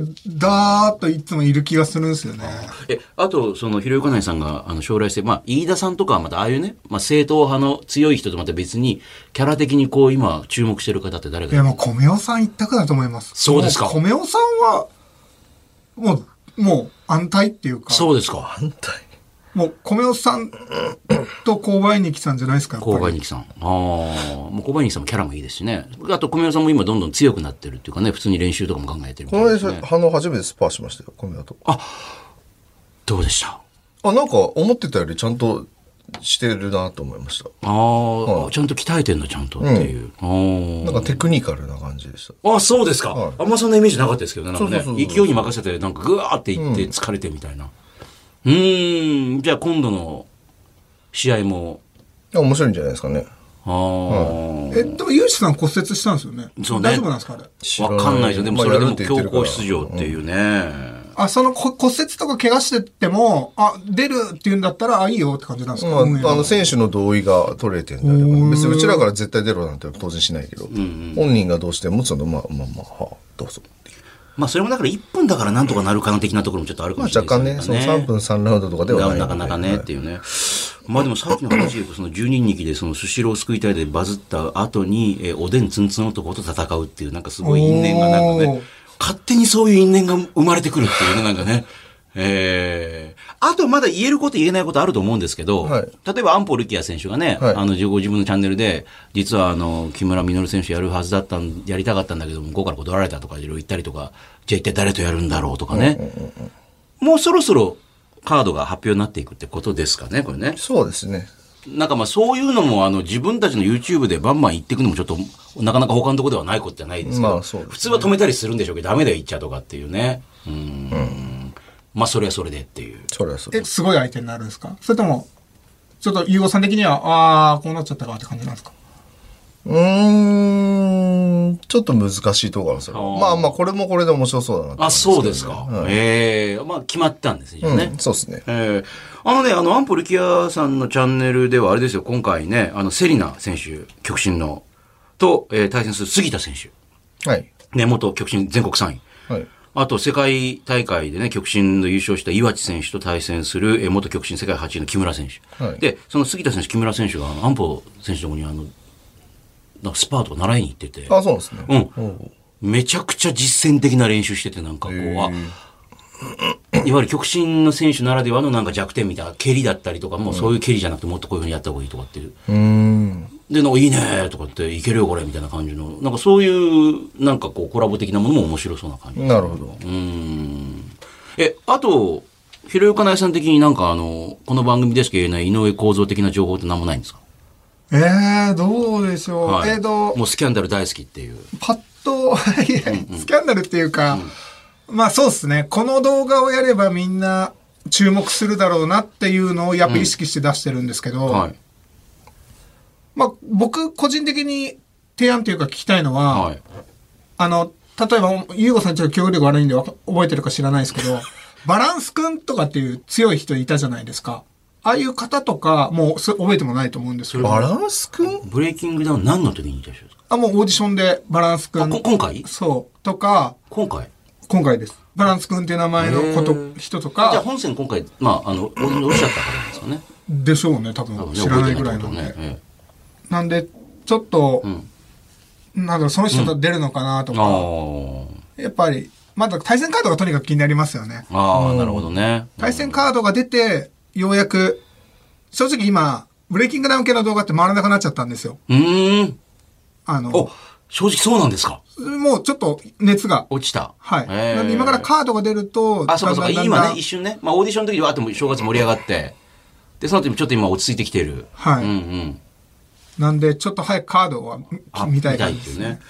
[SPEAKER 4] く、だーっといつもいる気がするんですよね。
[SPEAKER 3] え、あと、その、ひろゆかないさんが、あの、将来性、まあ、飯田さんとかはまた、ああいうね、まあ、正統派の強い人とまた別に、キャラ的にこう、今、注目してる方って誰
[SPEAKER 4] いや、
[SPEAKER 3] か
[SPEAKER 4] もう、米尾さん一択だと思います。
[SPEAKER 3] そうですか
[SPEAKER 4] も米尾さんは、もう、もう、安泰っていうか、
[SPEAKER 3] そうですか。
[SPEAKER 2] 反対。
[SPEAKER 4] もう、米尾さんと購買人気さんじゃないですか、やっ
[SPEAKER 3] 購
[SPEAKER 4] ぱ
[SPEAKER 3] 買
[SPEAKER 4] り。
[SPEAKER 3] 人さん。ああ、もう購買人さんもキャラもいいですしね。あと、小宮さんも今、どんどん強くなってるっていうかね、普通に練習とかも考えてるみ
[SPEAKER 2] こ
[SPEAKER 3] たい
[SPEAKER 2] の
[SPEAKER 3] です
[SPEAKER 2] 間、
[SPEAKER 3] ね。
[SPEAKER 2] 反応初めてスパーしましたよ、米だと。あ、
[SPEAKER 3] どうでした
[SPEAKER 2] なんか思ってたよりちゃんとしてるなと思いました。
[SPEAKER 3] ああ、ちゃんと鍛えてんだ、ちゃんとっていう。
[SPEAKER 2] なんかテクニカルな感じでした。
[SPEAKER 3] ああ、そうですか、
[SPEAKER 2] はい
[SPEAKER 3] あんまそんなイメージなかったですけどね。なんかね
[SPEAKER 2] そうそうそう
[SPEAKER 3] 勢いに任せて、なんかグワーっていって疲れてみたいな。うーん、じゃあ今度の試合も、
[SPEAKER 2] いや面白いんじゃないですかね。
[SPEAKER 3] ああ、
[SPEAKER 4] え、でも、ゆうちさん骨折したんですよね。
[SPEAKER 3] そうね
[SPEAKER 4] 大丈夫なんですか、あれ。
[SPEAKER 3] わかんないですよ。でもそれでも強行出場っ
[SPEAKER 2] い
[SPEAKER 3] ていうね。
[SPEAKER 4] あ、そのこ骨折とか怪我してても、あ、出るって言うんだったら、あ、いいよって感じなんですか、
[SPEAKER 2] うん
[SPEAKER 4] 運営
[SPEAKER 2] まあ、
[SPEAKER 4] は
[SPEAKER 2] あの選手の同意が取れてるんであれば別にうちらから絶対出ろなんて当然しないけど、本人がどうしてもそのまあまあまあ、はあ、どうぞっていう
[SPEAKER 3] まあそれもだから1分だからなんとかなるかな的なところもちょっとあるか
[SPEAKER 2] まあ、
[SPEAKER 3] もしれ
[SPEAKER 2] 若
[SPEAKER 3] ない
[SPEAKER 2] 干ね
[SPEAKER 3] です
[SPEAKER 2] その3分3ラウンドとかではない
[SPEAKER 3] なかなかねっていうね。まあでもさっきの話 で言うと、その十人力でそのスシローを救いたいでバズった後に、えーおでんつんつん男と戦うっていう、なんかすごい因縁がなんか
[SPEAKER 4] お
[SPEAKER 3] ね
[SPEAKER 4] ー、
[SPEAKER 3] 勝手にそういう因縁が生まれてくるっていうね、なんかね。えー、あとまだ言えること言えないことあると思うんですけど、
[SPEAKER 2] はい
[SPEAKER 3] 例えばアンポルキア選手がね、
[SPEAKER 2] はい
[SPEAKER 3] あのご自分のチャンネルで、実はあの木村稔選手やるはずだったん、やりたかったんだけど、向こうから断られたとか、いろいろ言ったりとか、じゃあ一体誰とやるんだろうとかね、もうそろそろカードが発表になっていくってことですかね、これね。
[SPEAKER 2] そうですね
[SPEAKER 3] なんかまあそういうのもあの自分たちの YouTube でバンバン言っていくのもちょっとなかなか他のとこではないことじゃないですけど、
[SPEAKER 2] まあそうですね
[SPEAKER 3] 普通は止めたりするんでしょうけど、ダメだよ言っちゃうとかっていうね。うん。まあそれはそれでっていう。
[SPEAKER 2] それはそう
[SPEAKER 4] え、
[SPEAKER 2] です
[SPEAKER 4] すごい相手になるんですかそれとも、ちょっと、ゆうごさん的には、あー、こうなっちゃったかって感じなんですか
[SPEAKER 2] うーんちょっと難しいところなんですよまあまあこれもこれで面白そうだなと思い
[SPEAKER 3] あ、
[SPEAKER 2] ますけど
[SPEAKER 3] そう
[SPEAKER 2] ね
[SPEAKER 3] ですか。
[SPEAKER 2] はい
[SPEAKER 3] ええまあ決まったんですよね。
[SPEAKER 2] うん、そうですね
[SPEAKER 3] ええあのね、あの、アンポルキアさんのチャンネルでは、あれですよ、今回ね、あの、セリナ選手、極真の、と、えー対戦する杉田選手、
[SPEAKER 2] はい
[SPEAKER 3] ね、元極真全国3位。
[SPEAKER 2] はい
[SPEAKER 3] あと、世界大会でね、極真の優勝した岩地選手と対戦する、えー元極真世界8位の木村選手。
[SPEAKER 2] はい
[SPEAKER 3] で、その杉田選手、木村選手が、あのアンポ選手のとこに、あの、なんかスパートを習いに行ってて。
[SPEAKER 2] あそうなんですね、
[SPEAKER 3] うん。めちゃくちゃ実践的な練習してて、なんかこう、あ、いわゆる極真の選手ならではのなんか弱点みたいな、蹴りだったりとか、もうそういう蹴りじゃなくてもっとこういうふうにやった方がいいとかっていう。で、なんかいいねーとかって、いけるよこれみたいな感じの、なんかそういう、なんかこうコラボ的なものも面白そうな感じ。
[SPEAKER 2] なるほど
[SPEAKER 3] え、あと、ひろゆかなえさん的になんかあの、この番組でしか言えない井上構造的な情報って何もないんですか
[SPEAKER 4] えー、どうでしょう。えーと、
[SPEAKER 3] もうスキャンダル大好きっていう。
[SPEAKER 4] パッと、いや スキャンダルっていうか、まあそうですね。この動画をやればみんな注目するだろうなっていうのをやっぱ意識して出してるんですけど、
[SPEAKER 3] はい。
[SPEAKER 4] まあ僕個人的に提案というか聞きたいのは、
[SPEAKER 3] はい。
[SPEAKER 4] あの、例えば、ゆうごさんちょっと記憶力悪いんでわか覚えてるか知らないですけど、バランスくんとかっていう強い人いたじゃないですか。ああいう方とか、もうそ覚えてもないと思うんですけど、
[SPEAKER 2] バランスくん
[SPEAKER 3] ブレイキングダウン何の時にいた人ですか
[SPEAKER 4] あ、もうオーディションでバランスく
[SPEAKER 3] あ
[SPEAKER 4] ん
[SPEAKER 3] こ、今回
[SPEAKER 4] そう、とか、
[SPEAKER 3] 今回
[SPEAKER 4] 今回です。バランス君っていう名前のこと
[SPEAKER 3] へー、
[SPEAKER 4] 人と
[SPEAKER 3] じゃあ
[SPEAKER 4] か、
[SPEAKER 3] 本線今回、まあ、あの、俺の落ちちゃったからなんですかね。
[SPEAKER 4] でしょうね、多
[SPEAKER 3] 多
[SPEAKER 4] 分
[SPEAKER 3] 分ね
[SPEAKER 4] 知らないぐらいなん
[SPEAKER 3] 覚えてないって
[SPEAKER 4] で
[SPEAKER 3] こと。ね。え
[SPEAKER 4] なんで、ちょっと
[SPEAKER 3] えう、ん。
[SPEAKER 4] なんだろう、その人と出るのかなとか、
[SPEAKER 3] あ
[SPEAKER 4] やっぱり、まだ対戦カードがとにかく気になりますよね。
[SPEAKER 3] あ。ああ、なるほどね。
[SPEAKER 4] 対戦カードが出て、ようやく、正直今、ブレイキングダウン系の動画って回らなくなっちゃったんですよ。
[SPEAKER 3] うーん。
[SPEAKER 4] あ
[SPEAKER 3] お
[SPEAKER 4] の、、
[SPEAKER 3] 正直そうなんですか。
[SPEAKER 4] もうちょっと熱が。
[SPEAKER 3] 落ちた。
[SPEAKER 4] はい。
[SPEAKER 3] ええ
[SPEAKER 4] なんで今からカードが出ると、
[SPEAKER 3] あ、そうかそうか。
[SPEAKER 4] だんだんだんだ
[SPEAKER 3] 今
[SPEAKER 4] ん
[SPEAKER 3] ね、一瞬ね。まあ、オーディションの時は、あとも正月盛り上がって。で、その後ちょっと今落ち着いてきてる。
[SPEAKER 4] はい
[SPEAKER 3] うんうん。
[SPEAKER 4] なんで、ちょっと早くカードは
[SPEAKER 3] あ
[SPEAKER 4] 見たい
[SPEAKER 3] 見た
[SPEAKER 4] 感
[SPEAKER 3] い
[SPEAKER 4] じ
[SPEAKER 3] っ
[SPEAKER 4] で
[SPEAKER 3] て
[SPEAKER 4] す
[SPEAKER 3] いう
[SPEAKER 4] ね。
[SPEAKER 3] ね。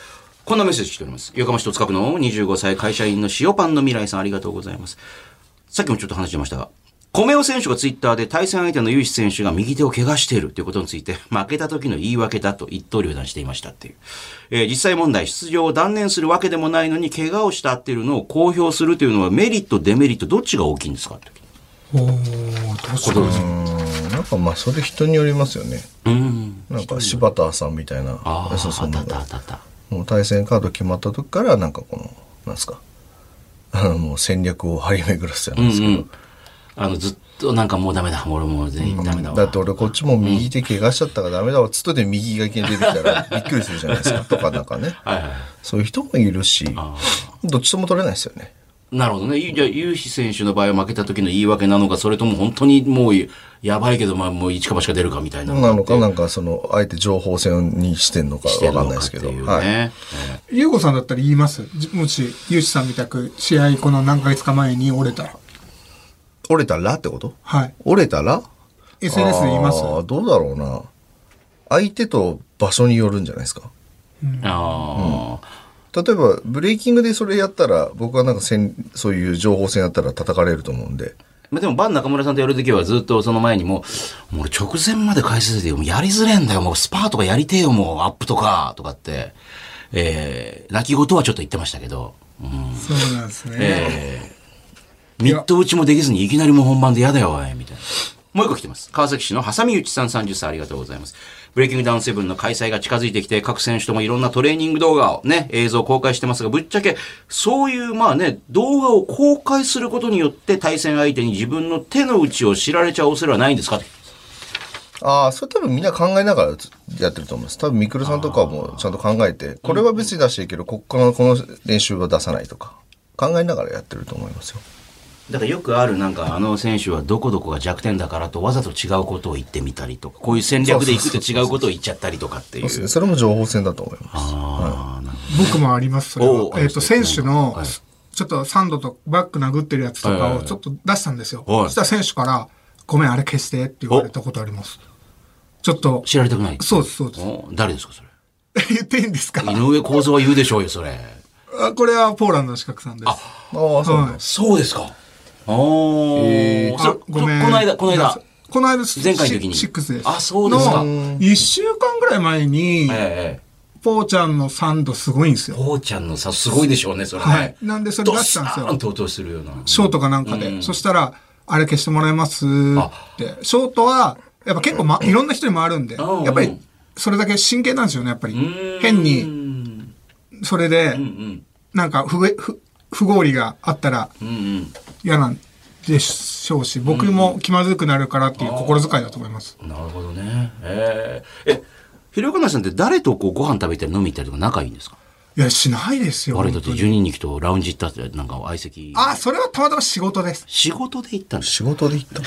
[SPEAKER 3] こんなメッセージ来ております。横浜市戸塚区の25歳会社員の塩パンの未来さんありがとうございます。さっきもちょっと話してましたが、米尾選手がツイッターで対戦相手のユイシ選手が右手を怪我しているということについて、 負けた時の言い訳だと一刀両断していましたっていう。えー実際問題、出場を断念するわけでもないのに怪我をしたっていうのを公表するというのはメリット、デメリット、どっちが大きいんですかって
[SPEAKER 4] おー、確かに。
[SPEAKER 2] うんなんかまあそれ人によりますよね
[SPEAKER 3] うん。
[SPEAKER 2] なんか柴田さんみたいな
[SPEAKER 3] ああ、
[SPEAKER 2] そうそう
[SPEAKER 3] あったあったあった。
[SPEAKER 2] もう対戦カード決まった時からなんかこのなんすか あのもう戦略を張り巡らすじゃないですか、
[SPEAKER 3] うんうんあの、ずっとなんかもうダメだ。俺もう全員ダメだわ。
[SPEAKER 2] だって俺こっちも右手怪我しちゃったからダメだわつっとで右がけに出てきたらびっくりするじゃないですかとかなんかね
[SPEAKER 3] はいはいはい。
[SPEAKER 2] そういう人もいるしどっちとも取れないですよね
[SPEAKER 3] なるほどね。ゆじゃあ、ユーシ選手の場合は負けた時の言い訳なのか、それとも本当にもう、やばいけど、まあ、もう一か八か出るかみたいな。
[SPEAKER 2] なのかなんかそのあえて情報戦にしてんのか
[SPEAKER 3] して
[SPEAKER 2] わ
[SPEAKER 3] る
[SPEAKER 2] かん
[SPEAKER 3] の
[SPEAKER 2] ない
[SPEAKER 3] か
[SPEAKER 2] で
[SPEAKER 3] っ
[SPEAKER 2] すけ
[SPEAKER 3] ていう
[SPEAKER 2] ど、
[SPEAKER 3] ね。
[SPEAKER 2] はい
[SPEAKER 3] ええ
[SPEAKER 4] ゆうごさんだったら言いますじもし、ゆうしさんみたく、試合この何ヶ月か前に折れたら。
[SPEAKER 2] 折れたらってこと
[SPEAKER 4] はい。
[SPEAKER 2] 折れたら
[SPEAKER 4] SNS で言います
[SPEAKER 2] あーどうだろうな。相手と場所によるんじゃないですか。
[SPEAKER 3] あ
[SPEAKER 2] 例えば、ブレイキングでそれやったら、僕はなんかせん、そういう情報戦やったら叩かれると思うんで。
[SPEAKER 3] ーまあでも、バン中村さんとやるときはずっとその前にもう、もう俺直前まで解説で、もうやりづれえんだよ、もうスパーとかやりてえよ、もうアップとか、とかって、えー、泣き言はちょっと言ってましたけど、うん、
[SPEAKER 4] そうなんですね。
[SPEAKER 3] えー、ミッド打ちもできずにいきなりもう本番でやだよ、おい、みたいな。もう一個来てます。川崎市のハサミ内さん30歳ありがとうございます。ブレイキングダウンセブンの開催が近づいてきて、各選手ともいろんなトレーニング動画をね、映像を公開してますが、ぶっちゃけ、そういうまあね、動画を公開することによって対戦相手に自分の手の内を知られちゃう恐れはないんですかと
[SPEAKER 2] ああ、それ多分みんな考えながらやってると思います。多分、みくるさんとかもちゃんと考えて、これは別に出していいけど、こっからこの練習は出さないとか、考えながらやってると思いますよ。
[SPEAKER 3] だからよくあるなんかあの選手はどこどこが弱点だからとわざと違うことを言ってみたりとかこういう戦略でいくと違うことを言っちゃったりとかってい
[SPEAKER 2] そう
[SPEAKER 3] う。
[SPEAKER 2] ですねそれも情報戦だと思います。
[SPEAKER 3] あーなるほ
[SPEAKER 4] 僕もあります、それ
[SPEAKER 3] おう
[SPEAKER 4] は。えっと、選手の
[SPEAKER 3] はい、
[SPEAKER 4] ちょっとサンドとバック殴ってるやつと
[SPEAKER 3] はい
[SPEAKER 4] か
[SPEAKER 3] はい
[SPEAKER 4] を
[SPEAKER 3] はい
[SPEAKER 4] ちょっと出したんですよ。
[SPEAKER 3] はい
[SPEAKER 4] そしたら選手から、ごめん、あれ消してって言われたことあります。ちょっと
[SPEAKER 3] ど、知られたくない
[SPEAKER 4] そうです、そうです。
[SPEAKER 3] お誰ですかそれ
[SPEAKER 4] 言っていいんですか
[SPEAKER 3] 井上公造は言うでしょうよそれ
[SPEAKER 4] あこれはポーランドの資格さんです。
[SPEAKER 2] ああ、そうなん
[SPEAKER 4] は
[SPEAKER 2] だ
[SPEAKER 4] い
[SPEAKER 3] そうですかあー、え
[SPEAKER 4] あごめん。
[SPEAKER 3] この間この間
[SPEAKER 4] この間、
[SPEAKER 3] 前回の時に
[SPEAKER 4] シシックスです。
[SPEAKER 3] あそうですか
[SPEAKER 4] の一週間ぐらい前に、
[SPEAKER 3] ええ
[SPEAKER 4] ポーちゃんのサンドすごいんですよ。
[SPEAKER 3] こうちゃんのさすごいでしょうねそれね、
[SPEAKER 4] はいなんでそれ出したんですよ
[SPEAKER 3] ドッサーンと音するような
[SPEAKER 4] ショートかなんかで。そしたら、あれ消してもらえますって。ショートは、やっぱ結構、ま、いろんな人に回るんで、
[SPEAKER 3] うん
[SPEAKER 4] やっぱり、それだけ真剣なんですよね、やっぱり。変
[SPEAKER 3] う
[SPEAKER 4] に、
[SPEAKER 3] ん
[SPEAKER 4] それで、なんか不具、不不合理があったら
[SPEAKER 3] うんうん
[SPEAKER 4] 嫌なんでしょうし、僕も気まずくなるからっていう心遣いだと思います。
[SPEAKER 3] なるほどね。えー、え、ひろゆかなさんって誰とこうご飯食べたり飲み行ったりとか仲いいんですか
[SPEAKER 4] いや、しないですよ。
[SPEAKER 3] 我々だって
[SPEAKER 4] 本当に
[SPEAKER 3] 12人行くとラウンジ行ったってなんか相席。
[SPEAKER 4] あ、それはたまたま仕事です。
[SPEAKER 3] 仕事で行ったんです
[SPEAKER 2] 仕事で行った。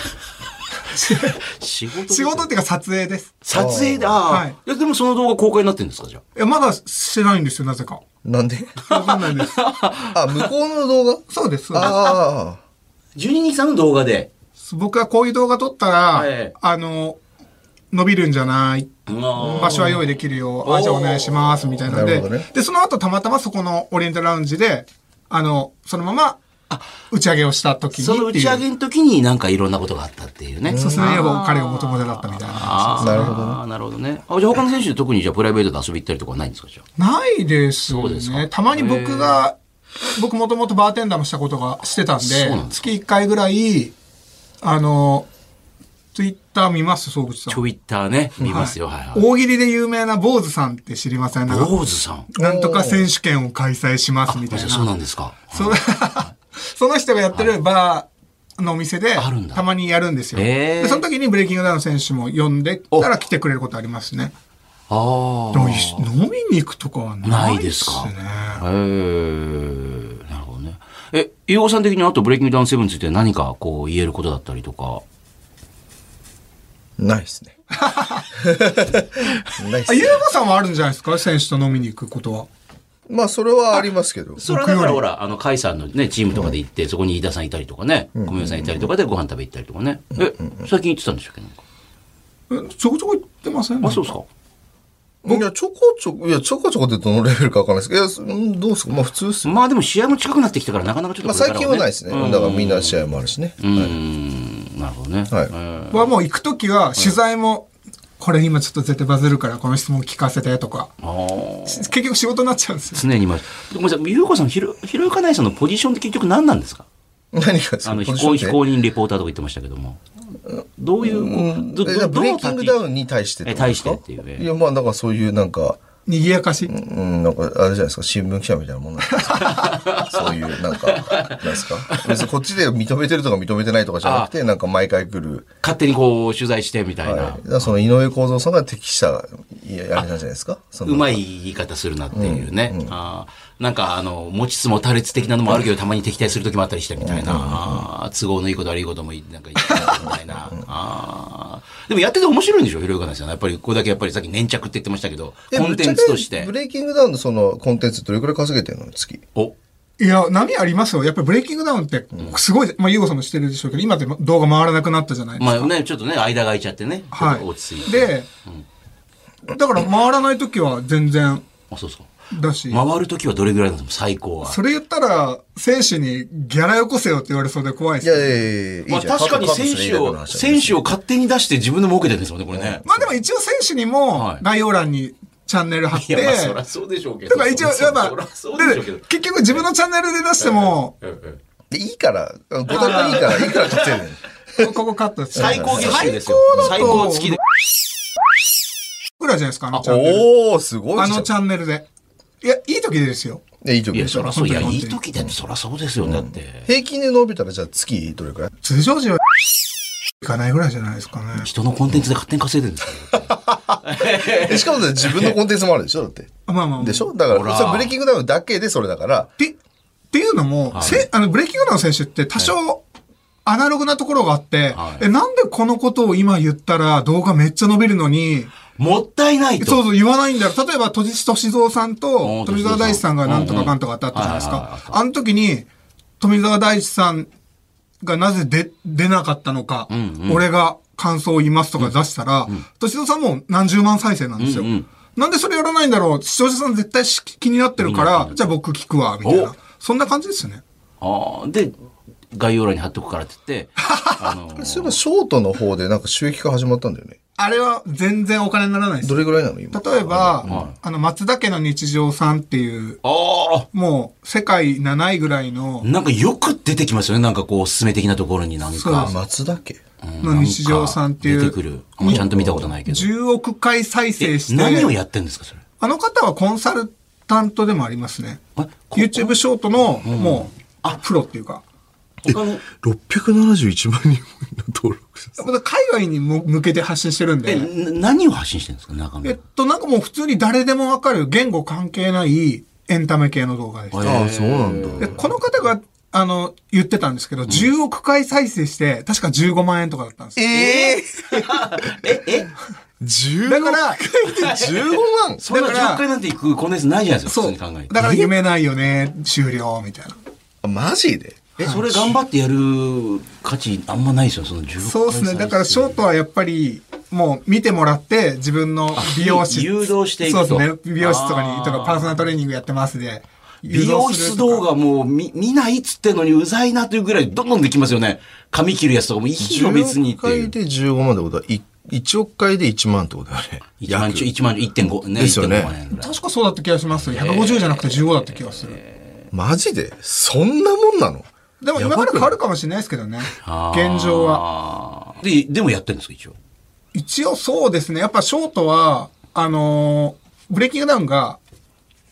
[SPEAKER 3] 仕事で
[SPEAKER 4] 仕事っていうか撮影です。
[SPEAKER 3] 撮影で、ああ、
[SPEAKER 4] はい
[SPEAKER 3] い、や、でもその動画公開になってるんですかじゃあ。
[SPEAKER 4] いや、まだしてないんですよ、なぜか。
[SPEAKER 2] なんで
[SPEAKER 4] わかんない です。
[SPEAKER 2] あ、向こうの動画
[SPEAKER 4] そうです、そうです。
[SPEAKER 2] ああ。
[SPEAKER 3] 12人さんの動画で。
[SPEAKER 4] 僕はこういう動画撮ったら、
[SPEAKER 3] はい
[SPEAKER 4] あの、伸びるんじゃない場
[SPEAKER 3] 場
[SPEAKER 4] 所は用意できるよ。あ、じゃあお願いします、みたいなん
[SPEAKER 2] な
[SPEAKER 4] で、
[SPEAKER 2] るほどね
[SPEAKER 4] で、その後たまたまそこのオリエンタルラウンジで、あの、そのまま、打ち上げをした時にって
[SPEAKER 3] そ
[SPEAKER 4] い。
[SPEAKER 3] うの打ち上げの時になんかいろんなことがあったっていうね。
[SPEAKER 4] そううそれが彼が元々だったみたいな。
[SPEAKER 3] ああ、
[SPEAKER 2] なるほどね
[SPEAKER 3] ね。なるほどね。あ、じゃあ他の選手で特にじゃあプライベートで遊び行ったりとかはないんですかじゃあ。
[SPEAKER 4] ないです
[SPEAKER 3] そうです
[SPEAKER 4] ね
[SPEAKER 3] か。
[SPEAKER 4] たまに僕が、僕もともとバーテンダーもしたことがしてたんで、
[SPEAKER 3] そうなんです
[SPEAKER 4] 月1回ぐらい、あの、ツイッター見ます、総口さん
[SPEAKER 3] ち。ょいったね、見ますよ。はい、はい、
[SPEAKER 4] 大喜利で有名な坊主さんって知りませんなんか
[SPEAKER 3] 坊主さん。
[SPEAKER 4] なんとか選手権を開催しますみたいな。
[SPEAKER 3] そうなんですか。
[SPEAKER 4] そその 人がやってるバーのお店で
[SPEAKER 3] あるんだ
[SPEAKER 4] たまにやるんですよ。
[SPEAKER 3] へー
[SPEAKER 4] でその時にブレイキングダウンの選手も呼んでたら来てくれることありますね。
[SPEAKER 3] ああ。
[SPEAKER 4] でも飲みに行くとかは
[SPEAKER 3] な
[SPEAKER 4] ないい
[SPEAKER 3] で
[SPEAKER 4] ですす
[SPEAKER 3] か。
[SPEAKER 4] ね。
[SPEAKER 3] へーなるほどね。え、伊尾さん的にあとブレイキングダウンセブンについて何かこう言えることだったりとか。
[SPEAKER 2] ないですね。 ないっ
[SPEAKER 4] あ、
[SPEAKER 2] す
[SPEAKER 4] ゆ
[SPEAKER 2] ね
[SPEAKER 4] う。まさんはあるんじゃないですか選手と飲みに行くことは。
[SPEAKER 2] まあ、それはありますけど。
[SPEAKER 3] それはだからほら、あの、甲斐さんのね、チームとかで行って、そこに飯田さんいたりとかね、小宮さんいたりとかでご飯食べ行ったりとかね。え、最近行ってたんでしたっけなんか。
[SPEAKER 4] えちょこちょこ行ってません
[SPEAKER 3] あ、そうですか。
[SPEAKER 2] いや、ちょこちょこ、いや、ちょこちょこってどのレベルかわかんないですけどいやそ、うんどうですかまあ、普通ですよ。
[SPEAKER 3] まあでも試合も近くなってきたから、なかなかちょっと
[SPEAKER 2] まあ、
[SPEAKER 3] これ
[SPEAKER 2] 最
[SPEAKER 3] からね
[SPEAKER 2] 近はないですね。だからみんな試合もあるしね。
[SPEAKER 3] うんうん、なるほどね。
[SPEAKER 2] はい
[SPEAKER 3] うん
[SPEAKER 4] はもう行く時は取材も、これ今ちょっと絶対バズるからこの質問聞かせてとか。
[SPEAKER 3] あー
[SPEAKER 4] 結局仕事になっちゃうんですよ。
[SPEAKER 3] 常に今、ごめんなさい、ゆうこさん、ひろひろゆかないさんのポジションって結局何なんですか
[SPEAKER 2] 何かそ
[SPEAKER 3] あの
[SPEAKER 2] ポ
[SPEAKER 3] 非
[SPEAKER 2] ジション
[SPEAKER 3] 公
[SPEAKER 2] って
[SPEAKER 3] 非公認レポーターとか言ってましたけども、どういう、ど
[SPEAKER 2] えじゃあ
[SPEAKER 3] ど
[SPEAKER 2] ブ
[SPEAKER 3] ど
[SPEAKER 2] レイ
[SPEAKER 3] の
[SPEAKER 2] キング
[SPEAKER 3] 立
[SPEAKER 2] ダ
[SPEAKER 3] ち
[SPEAKER 2] ウンに対してって
[SPEAKER 3] え
[SPEAKER 2] ことで
[SPEAKER 3] 対
[SPEAKER 2] す
[SPEAKER 3] し
[SPEAKER 2] か
[SPEAKER 3] てっていう
[SPEAKER 2] い
[SPEAKER 3] ね。
[SPEAKER 2] や、まあ、だからそういう、なんか、
[SPEAKER 4] 賑やかし。
[SPEAKER 2] うん、なんか、あれじゃないですか、新聞記者みたいなもんなんですか。 そういう、なんか、なんですか。別にこっちで認めてるとか認めてないとかじゃなくて、なんか毎回来る。
[SPEAKER 3] 勝手にこう取材してみたいな、
[SPEAKER 2] はい。だからその井上公造さんが適した、いや、あれなんじゃないですか。その
[SPEAKER 3] うまい言い方するなっていうね。あーなんかあの、持ちつ持たれつ的なのもあるけど、たまに敵対する時もあったりしてみたいな。あー都合のいいこと悪いこともいなんか言ってみたいな。あーでもやってて面白いんでしょ、ひろゆかないさん。やっぱり、これだけやっぱりさっき粘着って言ってましたけど、
[SPEAKER 2] え
[SPEAKER 3] コンテンツとして
[SPEAKER 2] ぶっちゃけブ。レイキングダウンのそのコンテンツどれくらい稼げてるの月。
[SPEAKER 3] お
[SPEAKER 4] いや、波ありますよ。やっぱりブレイキングダウンって、すごい、まあ、ゆうごさんもしてるでしょうけど、今って動画回らなくなったじゃないです
[SPEAKER 3] ま
[SPEAKER 4] か。
[SPEAKER 3] あね、ちょっとね、間が空いちゃってね。
[SPEAKER 4] はい。
[SPEAKER 3] 落ち着いて。
[SPEAKER 4] で、だから回らないときは全然
[SPEAKER 3] あ、そうそう。
[SPEAKER 4] だし、
[SPEAKER 3] 回るときはどれぐらいなんですか最高は。
[SPEAKER 4] それ言ったら、選手にギャラよこせよって言われそうで怖いで
[SPEAKER 2] い
[SPEAKER 4] す
[SPEAKER 2] や
[SPEAKER 4] ね、
[SPEAKER 2] いやいやいいじ
[SPEAKER 3] ま
[SPEAKER 2] ゃ
[SPEAKER 3] あ
[SPEAKER 2] ん
[SPEAKER 3] 確かに
[SPEAKER 2] カップ
[SPEAKER 3] 選手を、選手を勝手に出して自分で儲けてるんですもんね、これね。
[SPEAKER 4] まあでも一応選手にも
[SPEAKER 3] はい
[SPEAKER 4] 概要欄にチャンネル貼っ
[SPEAKER 3] い
[SPEAKER 4] て、
[SPEAKER 3] や、まあそりゃそうでしょうけど。
[SPEAKER 4] だから一応、
[SPEAKER 3] そ
[SPEAKER 4] やっぱ、
[SPEAKER 3] そりゃそうでしょうけど
[SPEAKER 4] で。結局自分のチャンネルで出しても、
[SPEAKER 3] うんうん
[SPEAKER 2] でいいから、ごたっにいいから、いいから勝てる。
[SPEAKER 4] ここカットして。
[SPEAKER 3] 最高月収ですよ。最
[SPEAKER 4] 最
[SPEAKER 3] 高
[SPEAKER 4] 高だと
[SPEAKER 3] 月で。
[SPEAKER 4] ぐらいじゃないですか、あのチャンネル。
[SPEAKER 2] おー、すごい
[SPEAKER 4] あ
[SPEAKER 2] じゃん
[SPEAKER 4] のチャンネルで。いや、いい時ですよ。
[SPEAKER 2] いやいいと
[SPEAKER 3] い
[SPEAKER 2] 思う
[SPEAKER 3] や、そりゃそう。いや、
[SPEAKER 4] 本当
[SPEAKER 3] い
[SPEAKER 4] に
[SPEAKER 3] い時でもそりゃそうですよ、だって。
[SPEAKER 2] 平均で伸びたら、じゃあ月どれくらい
[SPEAKER 4] 通常時は、いかないぐらいじゃないですかね。
[SPEAKER 3] 人のコンテンツで勝手に稼いでるんですよ。
[SPEAKER 2] えしかもだって自分のコンテンツもあるでしょだって。
[SPEAKER 4] まあまあまあ。
[SPEAKER 2] でしょだ
[SPEAKER 3] ほ
[SPEAKER 2] からら、それブレイキングダウンだけでそれだから、
[SPEAKER 4] って、っていうのも、せあの、ブレイキングダウンの選手って多少、アナログなところがあって、
[SPEAKER 3] はい
[SPEAKER 4] え、なんでこのことを今言ったら動画めっちゃ伸びるのに、
[SPEAKER 3] もったいない
[SPEAKER 4] そう
[SPEAKER 3] と。
[SPEAKER 4] そう言わないんだよ。例えば、とじ俊三さん
[SPEAKER 3] おー
[SPEAKER 4] と、富澤大地さんがなんとかかんとかってあったじゃないです
[SPEAKER 3] うんうんはいはい
[SPEAKER 4] か
[SPEAKER 3] は。い
[SPEAKER 4] あの時に、富澤大地さんがなぜ出、出なかったのか、俺が感想を言いますとか出したら、俊三さんも何十万再生なんですよ。
[SPEAKER 3] うんうん
[SPEAKER 4] なんでそれやらないんだろう視聴者さん絶対し気になってるから、じゃあ僕聞くわ、みたい
[SPEAKER 3] お
[SPEAKER 4] な。そんな感じですよね。
[SPEAKER 3] あーで、概要欄に貼っとくからって言って、あのー、
[SPEAKER 2] そういえばショートの方でなんか収益化始まったんだよね。
[SPEAKER 4] あれは全然お金にならないです。
[SPEAKER 2] どれぐらいなの今。
[SPEAKER 4] 例えば、あの、松田家の日常さんっていう、
[SPEAKER 3] あ
[SPEAKER 4] もう世界7位ぐらいの
[SPEAKER 3] あ、なんかよく出てきますよね。なんかこう、おすすめ的なところになん
[SPEAKER 4] そうで
[SPEAKER 3] か
[SPEAKER 4] す。
[SPEAKER 2] 松だけ
[SPEAKER 4] の日常さんっていう。
[SPEAKER 3] 出てくる。あんまちゃんと見たことないけど。
[SPEAKER 4] 10億回再生して。
[SPEAKER 3] 何をやってんですか、それ。
[SPEAKER 4] あの方はコンサルタントでもありますね。
[SPEAKER 3] えこ
[SPEAKER 4] YouTube ショートの、もう、プロっていうか。
[SPEAKER 3] 他の、
[SPEAKER 2] ?671 万人もの登録者。
[SPEAKER 4] 海外にも向けて発信してるん
[SPEAKER 3] え、
[SPEAKER 4] で。
[SPEAKER 3] な何を発信してるんですか、中身
[SPEAKER 4] えっ。と、なんかもう普通に誰でもわかる言語関係ないエンタメ系の動画でした。
[SPEAKER 2] ああ、そうなんだ。
[SPEAKER 4] でこの方が、あの、言ってたんですけど、10億回再生して、確か15万円とかだったんですよ。
[SPEAKER 2] ええ
[SPEAKER 3] え、え、
[SPEAKER 2] 10
[SPEAKER 4] だから、
[SPEAKER 2] 15万
[SPEAKER 3] そんな
[SPEAKER 4] だから
[SPEAKER 3] 10回なんて行くコンテンツないじゃないですか、
[SPEAKER 4] そ
[SPEAKER 3] 普
[SPEAKER 4] う。
[SPEAKER 3] 通に考えて。
[SPEAKER 4] だから夢ないよね、終了、みたいな。
[SPEAKER 2] あマジで
[SPEAKER 3] え、それ頑張ってやる価値あんまないですよ、その10回再生。
[SPEAKER 4] そうですね。だからショートはやっぱり、もう見てもらって、自分の美容室。
[SPEAKER 3] あ誘導していくと
[SPEAKER 4] そうですね。美容室とか
[SPEAKER 3] あー
[SPEAKER 4] に、とかパーソナルトレーニングやってますで。
[SPEAKER 3] 美容室動
[SPEAKER 4] 画
[SPEAKER 3] 画もう見見ないっつってんのにうざいなというぐらいどんどんできますよね。髪切るやつとかもいいよ別にってい
[SPEAKER 2] 回
[SPEAKER 3] う。
[SPEAKER 2] で15万ってことは、い1億回で1万ってことだよね。
[SPEAKER 3] 1万、
[SPEAKER 2] 約
[SPEAKER 3] 1万、1.5ね。
[SPEAKER 2] ですよね
[SPEAKER 3] 1.5万円ぐらい。
[SPEAKER 4] 確かそうだった気がします。150じゃなくて15だった気がする。
[SPEAKER 2] マジでそんなもんなの
[SPEAKER 4] でも今から変わるかもしれないですけどね。現状は。
[SPEAKER 3] は。で、でもやってるんですか、一応。
[SPEAKER 4] 一応そうですね。やっぱショートは、あのーブレイキングダウンが、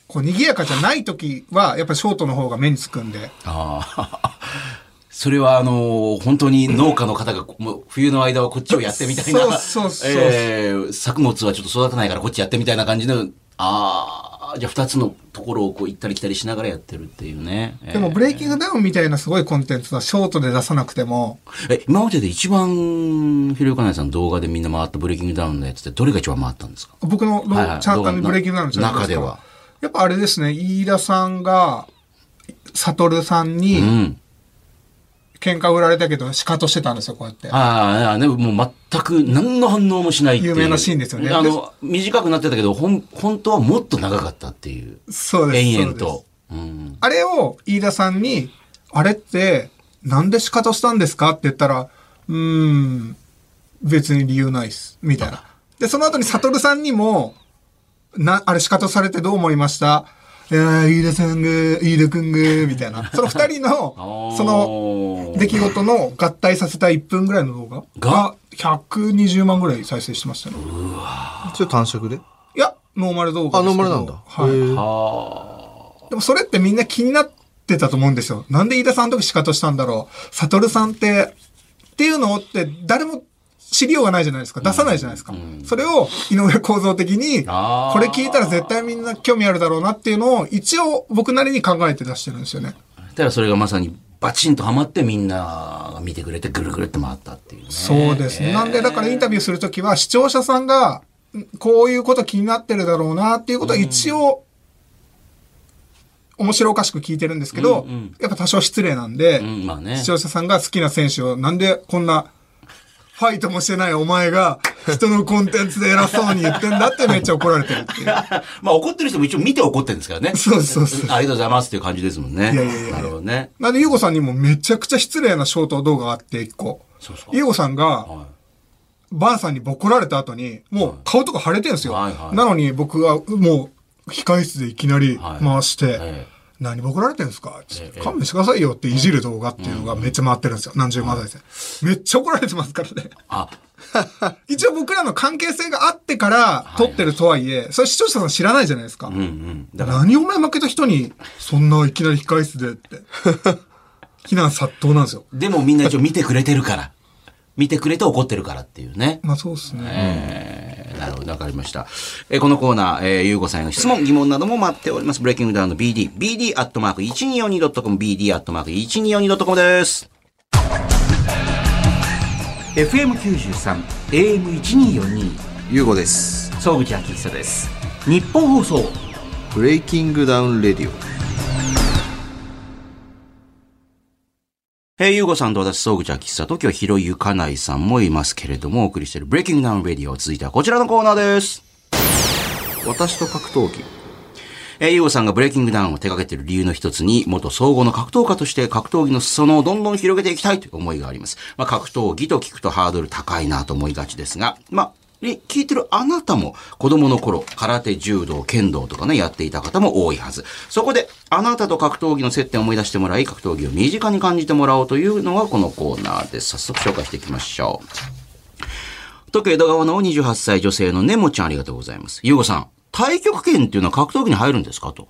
[SPEAKER 4] こう、賑やかじゃない時は、やっぱショートの方が目につくんで。
[SPEAKER 3] ああ。 それはあのー本当に農家の方がもう冬の間はこっちをやってみたいな。
[SPEAKER 4] そうそうそう
[SPEAKER 3] えー作物はちょっと育たないからこっちやってみたいな感じの、ああ、じゃあ二つのところをこう行ったり来たりしながらやってるっていうね。えー
[SPEAKER 4] でも、ブレイキングダウンみたいなすごいコンテンツはショートで出さなくても、
[SPEAKER 3] え、今までで一番、ひろゆかなさんの動画でみんな回ったブレイキングダウンのやつってどれが一番回ったんですか
[SPEAKER 4] 僕のロ
[SPEAKER 3] はいはい
[SPEAKER 4] チャートにブレイキングダウンのチャートすか
[SPEAKER 3] 中では。
[SPEAKER 4] やっぱあれですね、飯田さんが、悟さん
[SPEAKER 3] う
[SPEAKER 4] に
[SPEAKER 3] ん。
[SPEAKER 4] 喧嘩売られたけど、シカトしてたんですよ、こうやって。
[SPEAKER 3] ああ、でももう全く何の反応もしないっていう。
[SPEAKER 4] 有名なシーンですよね
[SPEAKER 3] あの、短くなってたけど、ほん、本当はもっと長かったっていう。
[SPEAKER 4] そうです。
[SPEAKER 3] 延々
[SPEAKER 4] そう
[SPEAKER 3] と
[SPEAKER 4] で。
[SPEAKER 3] うん
[SPEAKER 4] す。あれを飯田さんに、あれって、なんでシカトしたんですかって言ったら、うーん、別に理由ないっす。みたいな。で、その後に悟さんにも、な、あれ仕方されてどう思いましたえー、飯田さんが、飯田くんが、みたいな。その二人の、その
[SPEAKER 3] おー、
[SPEAKER 4] 出来事の合体させた1分ぐらいの動画
[SPEAKER 3] が
[SPEAKER 4] が、120万ぐらい再生してましたね。
[SPEAKER 2] それ短尺で
[SPEAKER 4] いや、ノーマル動画
[SPEAKER 2] あ、
[SPEAKER 4] です
[SPEAKER 2] ノーマ
[SPEAKER 4] けど
[SPEAKER 2] ルなんだ。
[SPEAKER 4] はい。
[SPEAKER 2] い。
[SPEAKER 4] でもそれってみんな気になってたと思うんですよ。なんで飯田さんの時仕方したんだろう。悟さんって、っていうのって誰も知りようがないじゃないですか。出さないじゃないですか。それを井上構造的に、
[SPEAKER 3] あー
[SPEAKER 4] これ聞いたら絶対みんな興味あるだろうなっていうのを一応僕なりに考えて出してるんですよね。
[SPEAKER 3] だからそれがまさにバチンとハマってみんなが見てくれてぐるぐるって回ったっていうね。
[SPEAKER 4] そうですね。なんでだからインタビューするときは視聴者さんがんこういうこと気になってるだろうなっていうことを一応面白おかしく聞いてるんですけど、やっぱ多少失礼なんで、
[SPEAKER 3] うん、まあね
[SPEAKER 4] 視。聴者さんが好きな選手をなんでこんなファイトもしてないお前が人のコンテンツで偉そうに言ってんだってめっちゃ怒られてるっていう。
[SPEAKER 3] まあ怒ってる人も一応見て怒ってるんですからね。
[SPEAKER 4] そうそうそう。
[SPEAKER 3] ありがとうございますっていう感じですもんね。
[SPEAKER 4] いやいやいや
[SPEAKER 3] なるほどね。
[SPEAKER 4] なんで、ゆうごさんにもめちゃくちゃ失礼なショート動画があって、一個。
[SPEAKER 3] そうそう
[SPEAKER 4] ゆうごさんが、
[SPEAKER 3] は
[SPEAKER 4] ばあさんにボコられた後に、もう顔とか腫れてるんですよ。
[SPEAKER 3] はいはい
[SPEAKER 4] なのに僕はもう、控室でいきなり
[SPEAKER 3] はい
[SPEAKER 4] 回して、
[SPEAKER 3] ええ
[SPEAKER 4] 何ボコられてるんですかちょっ
[SPEAKER 3] え
[SPEAKER 4] と
[SPEAKER 3] え
[SPEAKER 4] 勘弁してくださいよっていじる動画っていうのがめっちゃ回ってるんですよ。何十万再生。めっちゃ怒られてますからね。
[SPEAKER 3] あ、
[SPEAKER 4] 一応僕らの関係性があってから撮ってるとはいえ、それ視聴者さん知らないじゃないですか。
[SPEAKER 3] うんうん。だから、
[SPEAKER 4] 何お前負けた人に、そんないきなり控室で って。非難殺到なんですよ。
[SPEAKER 3] でもみんな一応見てくれてるから。見てくれて怒ってるからっていうね。
[SPEAKER 4] まあそうですね。
[SPEAKER 3] えーなるほど、わかりました。えーこのコーナー、えー、ゆうごさんへの質問、疑問なども待っております。ブレイキングダウンの BD、BD アットマーク 1242.com、BD アットマーク 1242.com です。
[SPEAKER 1] FM93 AM1242
[SPEAKER 2] ゆうごです。
[SPEAKER 1] 総口昭久です日本放送
[SPEAKER 2] ブレイキングダウンレディオ。
[SPEAKER 3] えー、ゆうごさんと私、総口秋久と今日、ひろゆかないさんもいますけれども、お送りしているブレイキングダウンレディオ、続いてはこちらのコーナーです。
[SPEAKER 2] 私と格闘技。
[SPEAKER 3] えー、ゆうごさんがブレイキングダウンを手掛けている理由の一つに、元総合の格闘家として格闘技の裾野をどんどん広げていきたいという思いがあります。まあ、格闘技と聞くとハードル高いなと思いがちですが、まあ、ね聞いてるあなたも子供の頃、空手、柔道、剣道とかね、やっていた方も多いはず。そこで、あなたと格闘技の接点を思い出してもらい、格闘技を身近に感じてもらおうというのがこのコーナーです。早速紹介していきましょう。東京江戸川の28歳女性のねもちゃんありがとうございます。ゆうごさん、太極拳っていうのは格闘技に入るんですかと。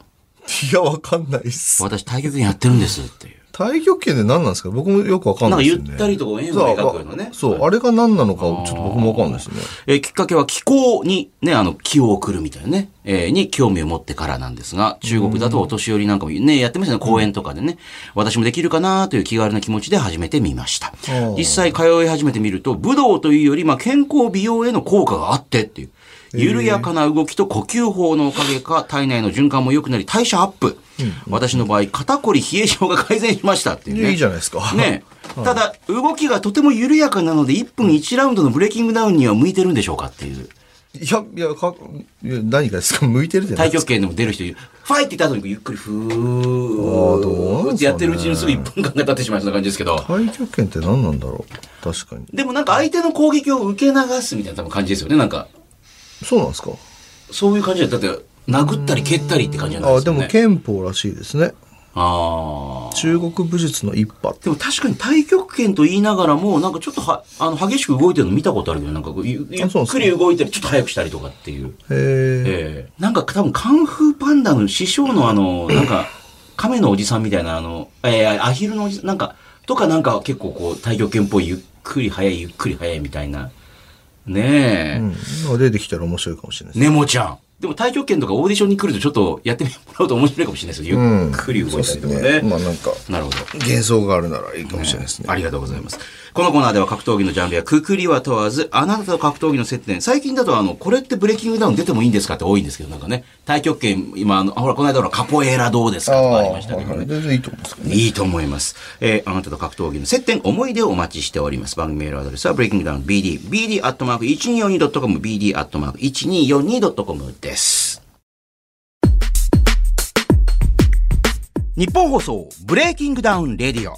[SPEAKER 2] いや、わかんないっす。
[SPEAKER 3] 私太極拳やってるんですっていう。
[SPEAKER 2] 太極拳で何なんですか僕もよくわかんないですよね。
[SPEAKER 3] なんかゆったりとこう円を描くようなね
[SPEAKER 2] そう、あれが何なのか、ちょっと僕もわかんないですね。
[SPEAKER 3] えーきっかけは気候にね、あの、気を送るみたいなね、えーに興味を持ってからなんですが、中国だとお年寄りなんかもね、やってましたね、公園とかでね、私もできるかなという気軽な気持ちで始めてみました。実際通い始めてみると、武道というより、まあ、健康美容への効果があってっていう、緩やかな動きと呼吸法のおかげか、体内の循環も良くなり、代謝アップ。私の場合、肩こり冷え症が改善しましたっていうね。
[SPEAKER 2] いいじゃないですか。
[SPEAKER 3] ねえただ、動きがとても緩やかなので、1分1ラウンドのブレーキングダウンには向いてるんでしょうかっていう。
[SPEAKER 2] いや、いや、か、いや何かですか向いてるじゃない
[SPEAKER 3] 太
[SPEAKER 2] ですか。
[SPEAKER 3] 極拳でも出る人いる。ファイって言った後にゆっくりふ
[SPEAKER 2] あーどうなん
[SPEAKER 3] ーっ
[SPEAKER 2] すかね
[SPEAKER 3] てやってるうちにすぐ1分間が経ってしまいそうな感じですけど。
[SPEAKER 2] 太極拳って何なんだろう確かに。
[SPEAKER 3] でもなんか相手の攻撃を受け流すみたいな多分感じですよね。なんか、
[SPEAKER 2] そうなんですか
[SPEAKER 3] そういう感じで、だって殴ったり蹴ったりって感じじゃない
[SPEAKER 2] あ、
[SPEAKER 3] です
[SPEAKER 2] で
[SPEAKER 3] か、ね。
[SPEAKER 2] も憲法らしいですね。
[SPEAKER 3] あー
[SPEAKER 2] 中国武術の一派って。
[SPEAKER 3] でも確かに太極拳と言いながらも、なんかちょっとは、あの、激しく動いてるの見たことあるけど、なんかこうゆゆっ
[SPEAKER 2] あそうなんです
[SPEAKER 3] く
[SPEAKER 2] か
[SPEAKER 3] り動いてる、ちょっと早くしたりとかっていう。
[SPEAKER 2] へえ。
[SPEAKER 3] ええなんか多分カンフーパンダの師匠の あの、なんか、亀のおじさんみたいなあの、ええアヒルのおじさん、なんか、とかなんか結構こう、太極拳っぽいゆっくり早いゆっくり早いみたいな。ねえ。
[SPEAKER 2] うん。なんか出てきたら面白いかもしれないです。
[SPEAKER 3] ネモちゃん。でも太極拳とかオーディションに来るとちょっとやってもらうと面白いかもしれないですよ。ゆっくり動いたりとか
[SPEAKER 2] そうで
[SPEAKER 3] ね。
[SPEAKER 2] すまあなんか、
[SPEAKER 3] なるほど。
[SPEAKER 2] 幻想があるならいいかもしれないですね。
[SPEAKER 3] ありがとうございます。このコーナーでは格闘技のジャンルやくくりは問わず、あなたと格闘技の接点、最近だとあの、これってブレーキングダウン出てもいいんですかって多いんですけど、なんかね、太極拳、今あの、あほら、この間ほら、カポエーラどうですかとかありましたけど
[SPEAKER 2] はいは
[SPEAKER 3] ね
[SPEAKER 2] い。全然いいと思うんですけどね。
[SPEAKER 3] いいと思います。えーあなたと格闘技の接点、思い出をお待ちしております。番組メールアドレスは、ブレイキングダウン BD、BD アットマーク 1242.com、BD アットマーク 1242.com です。日本放送、ブレイキングダウンレディオ。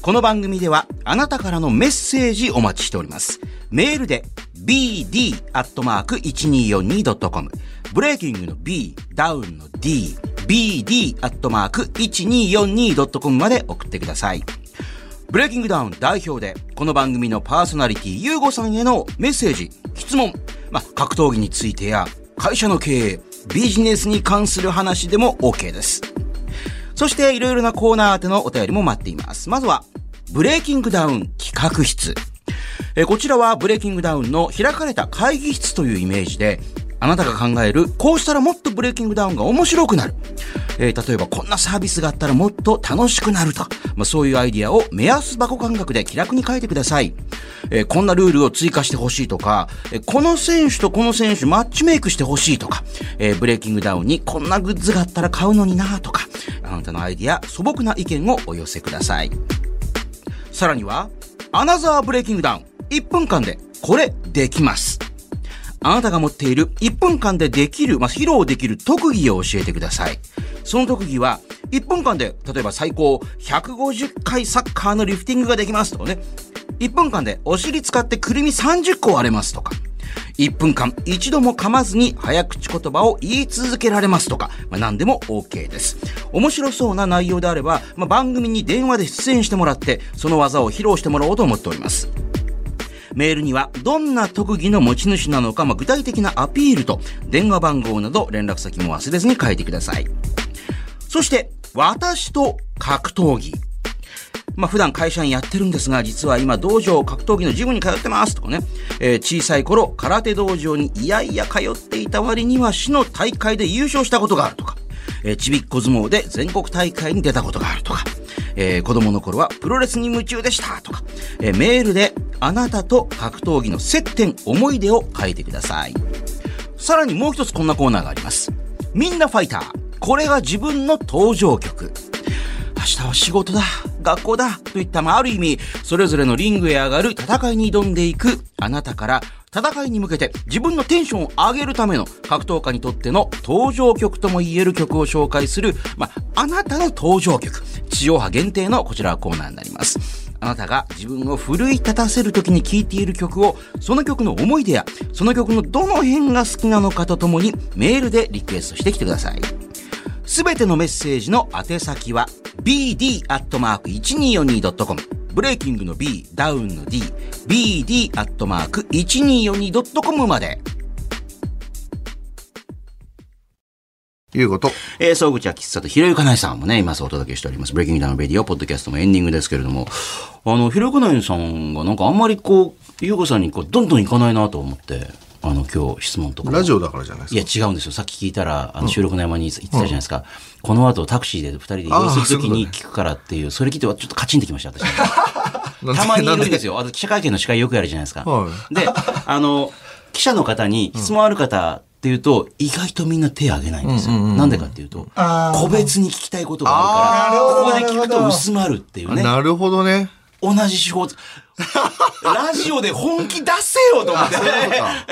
[SPEAKER 3] この番組では、あなたからのメッセージお待ちしております。メールで、bd アットマーク 1242.com、ブレイキングの b、ダウンの d、bd アットマーク 1242.com まで送ってください。ブレイキングダウン代表で、この番組のパーソナリティ、ゆうごさんへのメッセージ、質問、まあ、格闘技についてや、会社の経営、ビジネスに関する話でも OK です。そしていろいろなコーナー宛てのお便りも待っています。まずは、ブレイキングダウン企画室。えーこちらはブレイキングダウンの開かれた会議室というイメージで、あなたが考える、こうしたらもっとブレイキングダウンが面白くなる。えー例えばこんなサービスがあったらもっと楽しくなるとか、まあ、そういうアイディアを目安箱感覚で気楽に書いてください。えーこんなルールを追加してほしいとか、えーこの選手とこの選手マッチメイクしてほしいとか、えーブレイキングダウンにこんなグッズがあったら買うのになとか、あのなたのアイディア、素朴な意見をお寄せください。さらには、アナザーブレイキングダウン。1分間で、これ、できます。あなたが持っている1分間でできる、まあ、披露できる特技を教えてください。その特技は、1分間で、例えば最高150回サッカーのリフティングができますとかね。1分間でお尻使ってくるみ30個割れますとか。1分間一度も噛まずに早口言葉を言い続けられますとか、まあ、何でも OK です。面白そうな内容であれば、まあ、番組に電話で出演してもらって、その技を披露してもらおうと思っております。メールには、どんな特技の持ち主なのか、まあ、具体的なアピールと、電話番号など連絡先も忘れずに書いてください。そして、私と格闘技。まあ、普段会社員やってるんですが、実は今道場格闘技のジムに通ってますとかね、えー小さい頃空手道場にいやいや通っていた割には市の大会で優勝したことがあるとか、えーちびっこ相撲で全国大会に出たことがあるとか、えー子供の頃はプロレスに夢中でしたとか、えーメールであなたと格闘技の接点、思い出を書いてください。さらにもう一つこんなコーナーがあります。みんなファイター。これが自分の登場曲。明日は仕事だ、学校だ、といった、まあ、ある意味、それぞれのリングへ上がる戦いに挑んでいく、あなたから、戦いに向けて自分のテンションを上げるための格闘家にとっての登場曲とも言える曲を紹介する、まあ、あなたの登場曲、地上波限定のこちらはコーナーになります。あなたが自分を奮い立たせる時に聴いている曲を、その曲の思い出や、その曲のどの辺が好きなのかとともに、メールでリクエストしてきてください。すべてのメッセージの宛先は bd.1242.com ブレイキングの B、ダウンの D、bd.1242.com まで。
[SPEAKER 2] いうこと。
[SPEAKER 3] えー、総口は喫茶とひろゆかないさんもね、今そうお届けしております。ブレイキングダウンレディオ、ポッドキャストもエンディングですけれども、あの、ひろゆかないさんがなんかあんまりこう、ゆうこさんにこう、どんどん行かないなと思って、あの、今日質問とかも。
[SPEAKER 2] ラジオだからじゃないですか。
[SPEAKER 3] いや、違うんですよ。さっき聞いたら、あの、収録の合間に行ってたじゃないですか。この後、タクシーで二人で移動するときに聞くからっていう、それ聞いて、ちょっとカチンってきました、私。
[SPEAKER 2] なんで
[SPEAKER 3] たまにいるんで
[SPEAKER 2] なん
[SPEAKER 3] すよ。あと、記者会見の司会よくやるじゃないですか。
[SPEAKER 2] は
[SPEAKER 3] で、あの、記者の方に質問ある方っていうと、意外とみんな手挙げないんですよ。なんでかっていうと、
[SPEAKER 4] あー
[SPEAKER 3] 個別に聞きたいことがある
[SPEAKER 4] あー
[SPEAKER 3] から、
[SPEAKER 4] なる
[SPEAKER 3] ここ
[SPEAKER 4] ほ
[SPEAKER 3] で
[SPEAKER 4] ど
[SPEAKER 3] 聞くと薄まるっていうね。
[SPEAKER 2] なるほどね。
[SPEAKER 3] 同じ手法。ラジオで本気出せよと思って。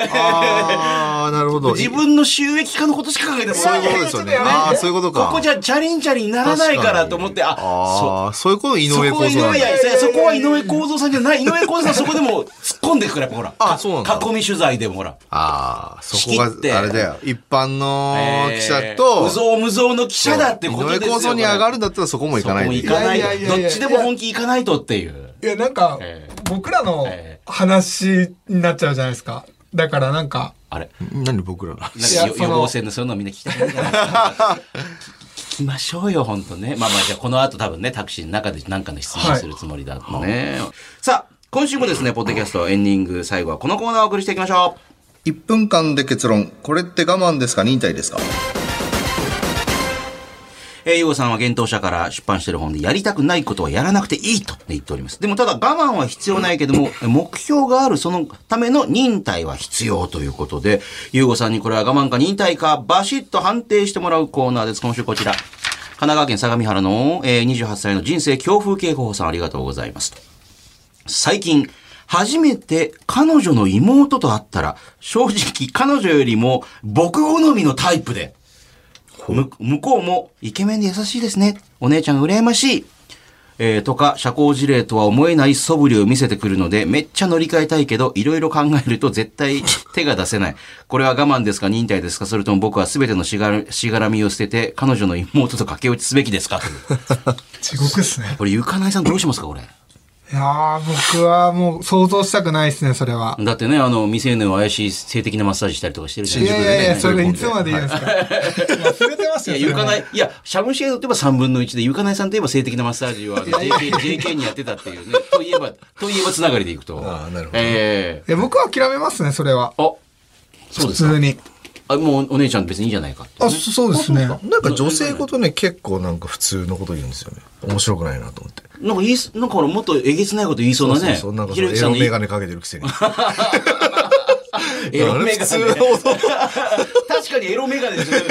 [SPEAKER 2] ああ、なるほど。
[SPEAKER 3] 自分の収益化のことしか考えても
[SPEAKER 2] そう
[SPEAKER 3] ら
[SPEAKER 2] いうことですよね。ああ、そういうことか。
[SPEAKER 3] ここじゃチャリンチャリンならないからと思って、あ、
[SPEAKER 2] ああ、そういうこと井
[SPEAKER 3] そ
[SPEAKER 2] 上
[SPEAKER 3] こ
[SPEAKER 2] 公
[SPEAKER 3] は井
[SPEAKER 2] 造
[SPEAKER 3] 上
[SPEAKER 2] なんだ。
[SPEAKER 3] やいやそこは井上公造さんじゃない。井上公造さんそこで もう突っ込んでいくから、やっぱほら。
[SPEAKER 2] あそうなんだ
[SPEAKER 3] 囲み取材でもほら。
[SPEAKER 2] ああ、そこ
[SPEAKER 3] 仕切って
[SPEAKER 2] が、あれだよ。一般の
[SPEAKER 3] えー
[SPEAKER 2] 記者と、
[SPEAKER 3] 無造無造の記者だってことですよ。
[SPEAKER 2] 井上公造に上が
[SPEAKER 3] る
[SPEAKER 2] るんだったらそこも行
[SPEAKER 3] そ
[SPEAKER 2] か
[SPEAKER 3] こ
[SPEAKER 2] ない
[SPEAKER 3] も
[SPEAKER 2] で
[SPEAKER 3] 行かない
[SPEAKER 4] いやいやいやい
[SPEAKER 3] ど
[SPEAKER 4] や
[SPEAKER 3] っちでも本気行かないとっていう。
[SPEAKER 4] いや、なんか
[SPEAKER 3] ええ、
[SPEAKER 4] 僕らの
[SPEAKER 3] え
[SPEAKER 4] 話になっちゃうじゃないですか。だからなんか、
[SPEAKER 3] あれ。
[SPEAKER 2] 何僕らが。
[SPEAKER 3] なんかよ
[SPEAKER 4] いやそ
[SPEAKER 3] 予
[SPEAKER 4] の
[SPEAKER 3] 防線のそういうのみんな聞きたくないから。聞きましょうよ、本当ね。まあまあ、じゃあこの後多分ね、タクシーの中で何かの質問をするつもりだったね。さあ、今週もですね、ポッドキャストエンディング、最後はこのコーナーをお送りしていきましょう。
[SPEAKER 2] 1分間で結論。これって我慢ですか忍耐ですか
[SPEAKER 3] えー、ゆうごさんは幻冬者から出版してる本で、やりたくないことはやらなくていいと言っております。でも、ただ我慢は必要ないけども、目標があるそのための忍耐は必要ということで、ゆうごさんにこれは我慢か忍耐か、バシッと判定してもらうコーナーです。今週こちら。神奈川県相模原の、えー28歳の人生強風警報さんありがとうございますと。最近、初めて彼女の妹と会ったら、正直彼女よりも僕好みのタイプで、む向こうもイケメンで優しいですね。お姉ちゃん羨ましい。えーとか、社交辞令とは思えない素振りを見せてくるので、めっちゃ乗り換えたいけど、いろいろ考えると絶対手が出せない。これは我慢ですか忍耐ですかそれとも僕は全てのしがらしがらみを捨てて、彼女の妹と駆け落ちすべきですかという
[SPEAKER 4] 地獄っすね。
[SPEAKER 3] これ、ゆかないさんどうしますかこれ。
[SPEAKER 4] いやー、僕はもう想像したくないですね、それは。
[SPEAKER 3] だってね、あの、未成年を怪しい性的なマッサージしたりとかしてるじゃ
[SPEAKER 4] い
[SPEAKER 3] ない
[SPEAKER 4] や
[SPEAKER 3] です
[SPEAKER 4] いやいや、
[SPEAKER 2] ね
[SPEAKER 4] それいつまで言うんですか。忘れてます
[SPEAKER 3] か。
[SPEAKER 4] よ、。
[SPEAKER 3] いや、ゆかないい、いや、シャムシェードといえば3分の1で、ゆかないさんといえば性的なマッサージはあの JK, JK にやってたっていうね、といえば、といえばつながりでいくと。
[SPEAKER 2] ああなるほど
[SPEAKER 3] え
[SPEAKER 4] いや僕は諦めますね、それは
[SPEAKER 3] え。あ、そう
[SPEAKER 4] 普
[SPEAKER 3] ですか
[SPEAKER 4] 通。に。
[SPEAKER 3] あ、もうお姉ちゃん別にいいんじゃないかって。
[SPEAKER 2] あ、そうですね。なんか女性
[SPEAKER 3] こ
[SPEAKER 2] ごとね、結構なんか普通のこと言うんですよね。面白くないなと思って。
[SPEAKER 3] なんか言いす、なんかほらもっとえげつないこと言いそうなね。
[SPEAKER 2] そうそうなんかそ
[SPEAKER 3] ひ
[SPEAKER 2] の
[SPEAKER 3] ろゆき
[SPEAKER 2] エ
[SPEAKER 3] さん
[SPEAKER 2] ロ
[SPEAKER 3] の
[SPEAKER 2] メガ ネかけてるくせに。
[SPEAKER 3] エロメガネ
[SPEAKER 2] 普通の男
[SPEAKER 3] 確
[SPEAKER 1] 確かにエロメガネですよね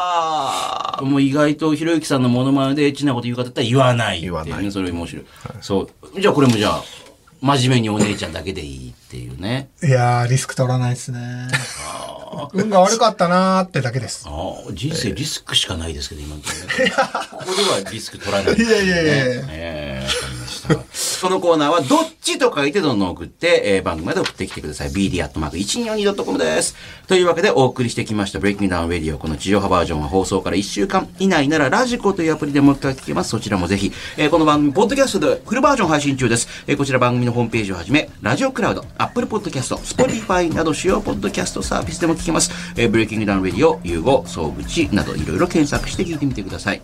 [SPEAKER 1] ああ。
[SPEAKER 3] もう意外とひろゆきさんのモノマネでエッチなこと言う方だったら言わないっていうね。
[SPEAKER 2] 言わない
[SPEAKER 3] それ面白い。そう。じゃあこれもじゃあ、真面目にお姉ちゃんだけでいいっていうね。
[SPEAKER 4] いやー、リスク取らないですね。運が悪かったなーってだけです。
[SPEAKER 3] ああ、人生リスクしかないですけど、今のところねここではリスク取らない、
[SPEAKER 4] いやいやいやいや
[SPEAKER 3] ねええわかりました。このコーナーは、どっちと書いてどんどん送って、えー番組まで送ってきてください。bd.1242.com です。というわけで、お送りしてきました、ブレイキングダウンレディオ。この地上波バージョンは放送から1週間以内なら、ラジコというアプリでもう一回聞けます。そちらもぜひ、えーこの番組、ポッドキャストでフルバージョン配信中です。えーこちら番組のホームページをはじめ、ラジオクラウド、アップルポッドキャスト、スポティファイなど主要ポッドキャストサービスでも聞けます。えーブレイキングダウンレディオ、融合、総口などいろいろ検索して聞いてみてください。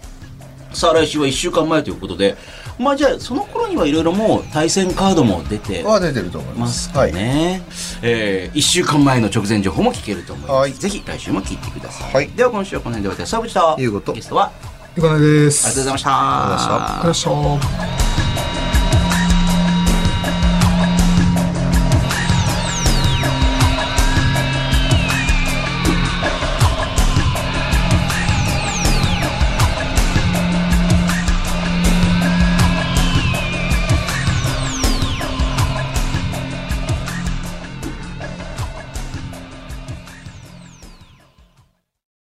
[SPEAKER 3] さあ来週は1週間前ということで、まあじゃあその頃にはいろいろもう対戦カードも出て
[SPEAKER 2] は出てると思いま。
[SPEAKER 3] ますすかね。えー、1週間前の直前情報も聞けると思います。
[SPEAKER 2] はい
[SPEAKER 3] ぜひ来週も聞いてください。
[SPEAKER 2] はい
[SPEAKER 3] では今週はこの辺で私は沢口と
[SPEAKER 2] ゆうごと
[SPEAKER 3] ゲストは
[SPEAKER 4] ゆかなです。
[SPEAKER 3] ありがとうございました。
[SPEAKER 2] ありがとうございました
[SPEAKER 4] ありがとうございました。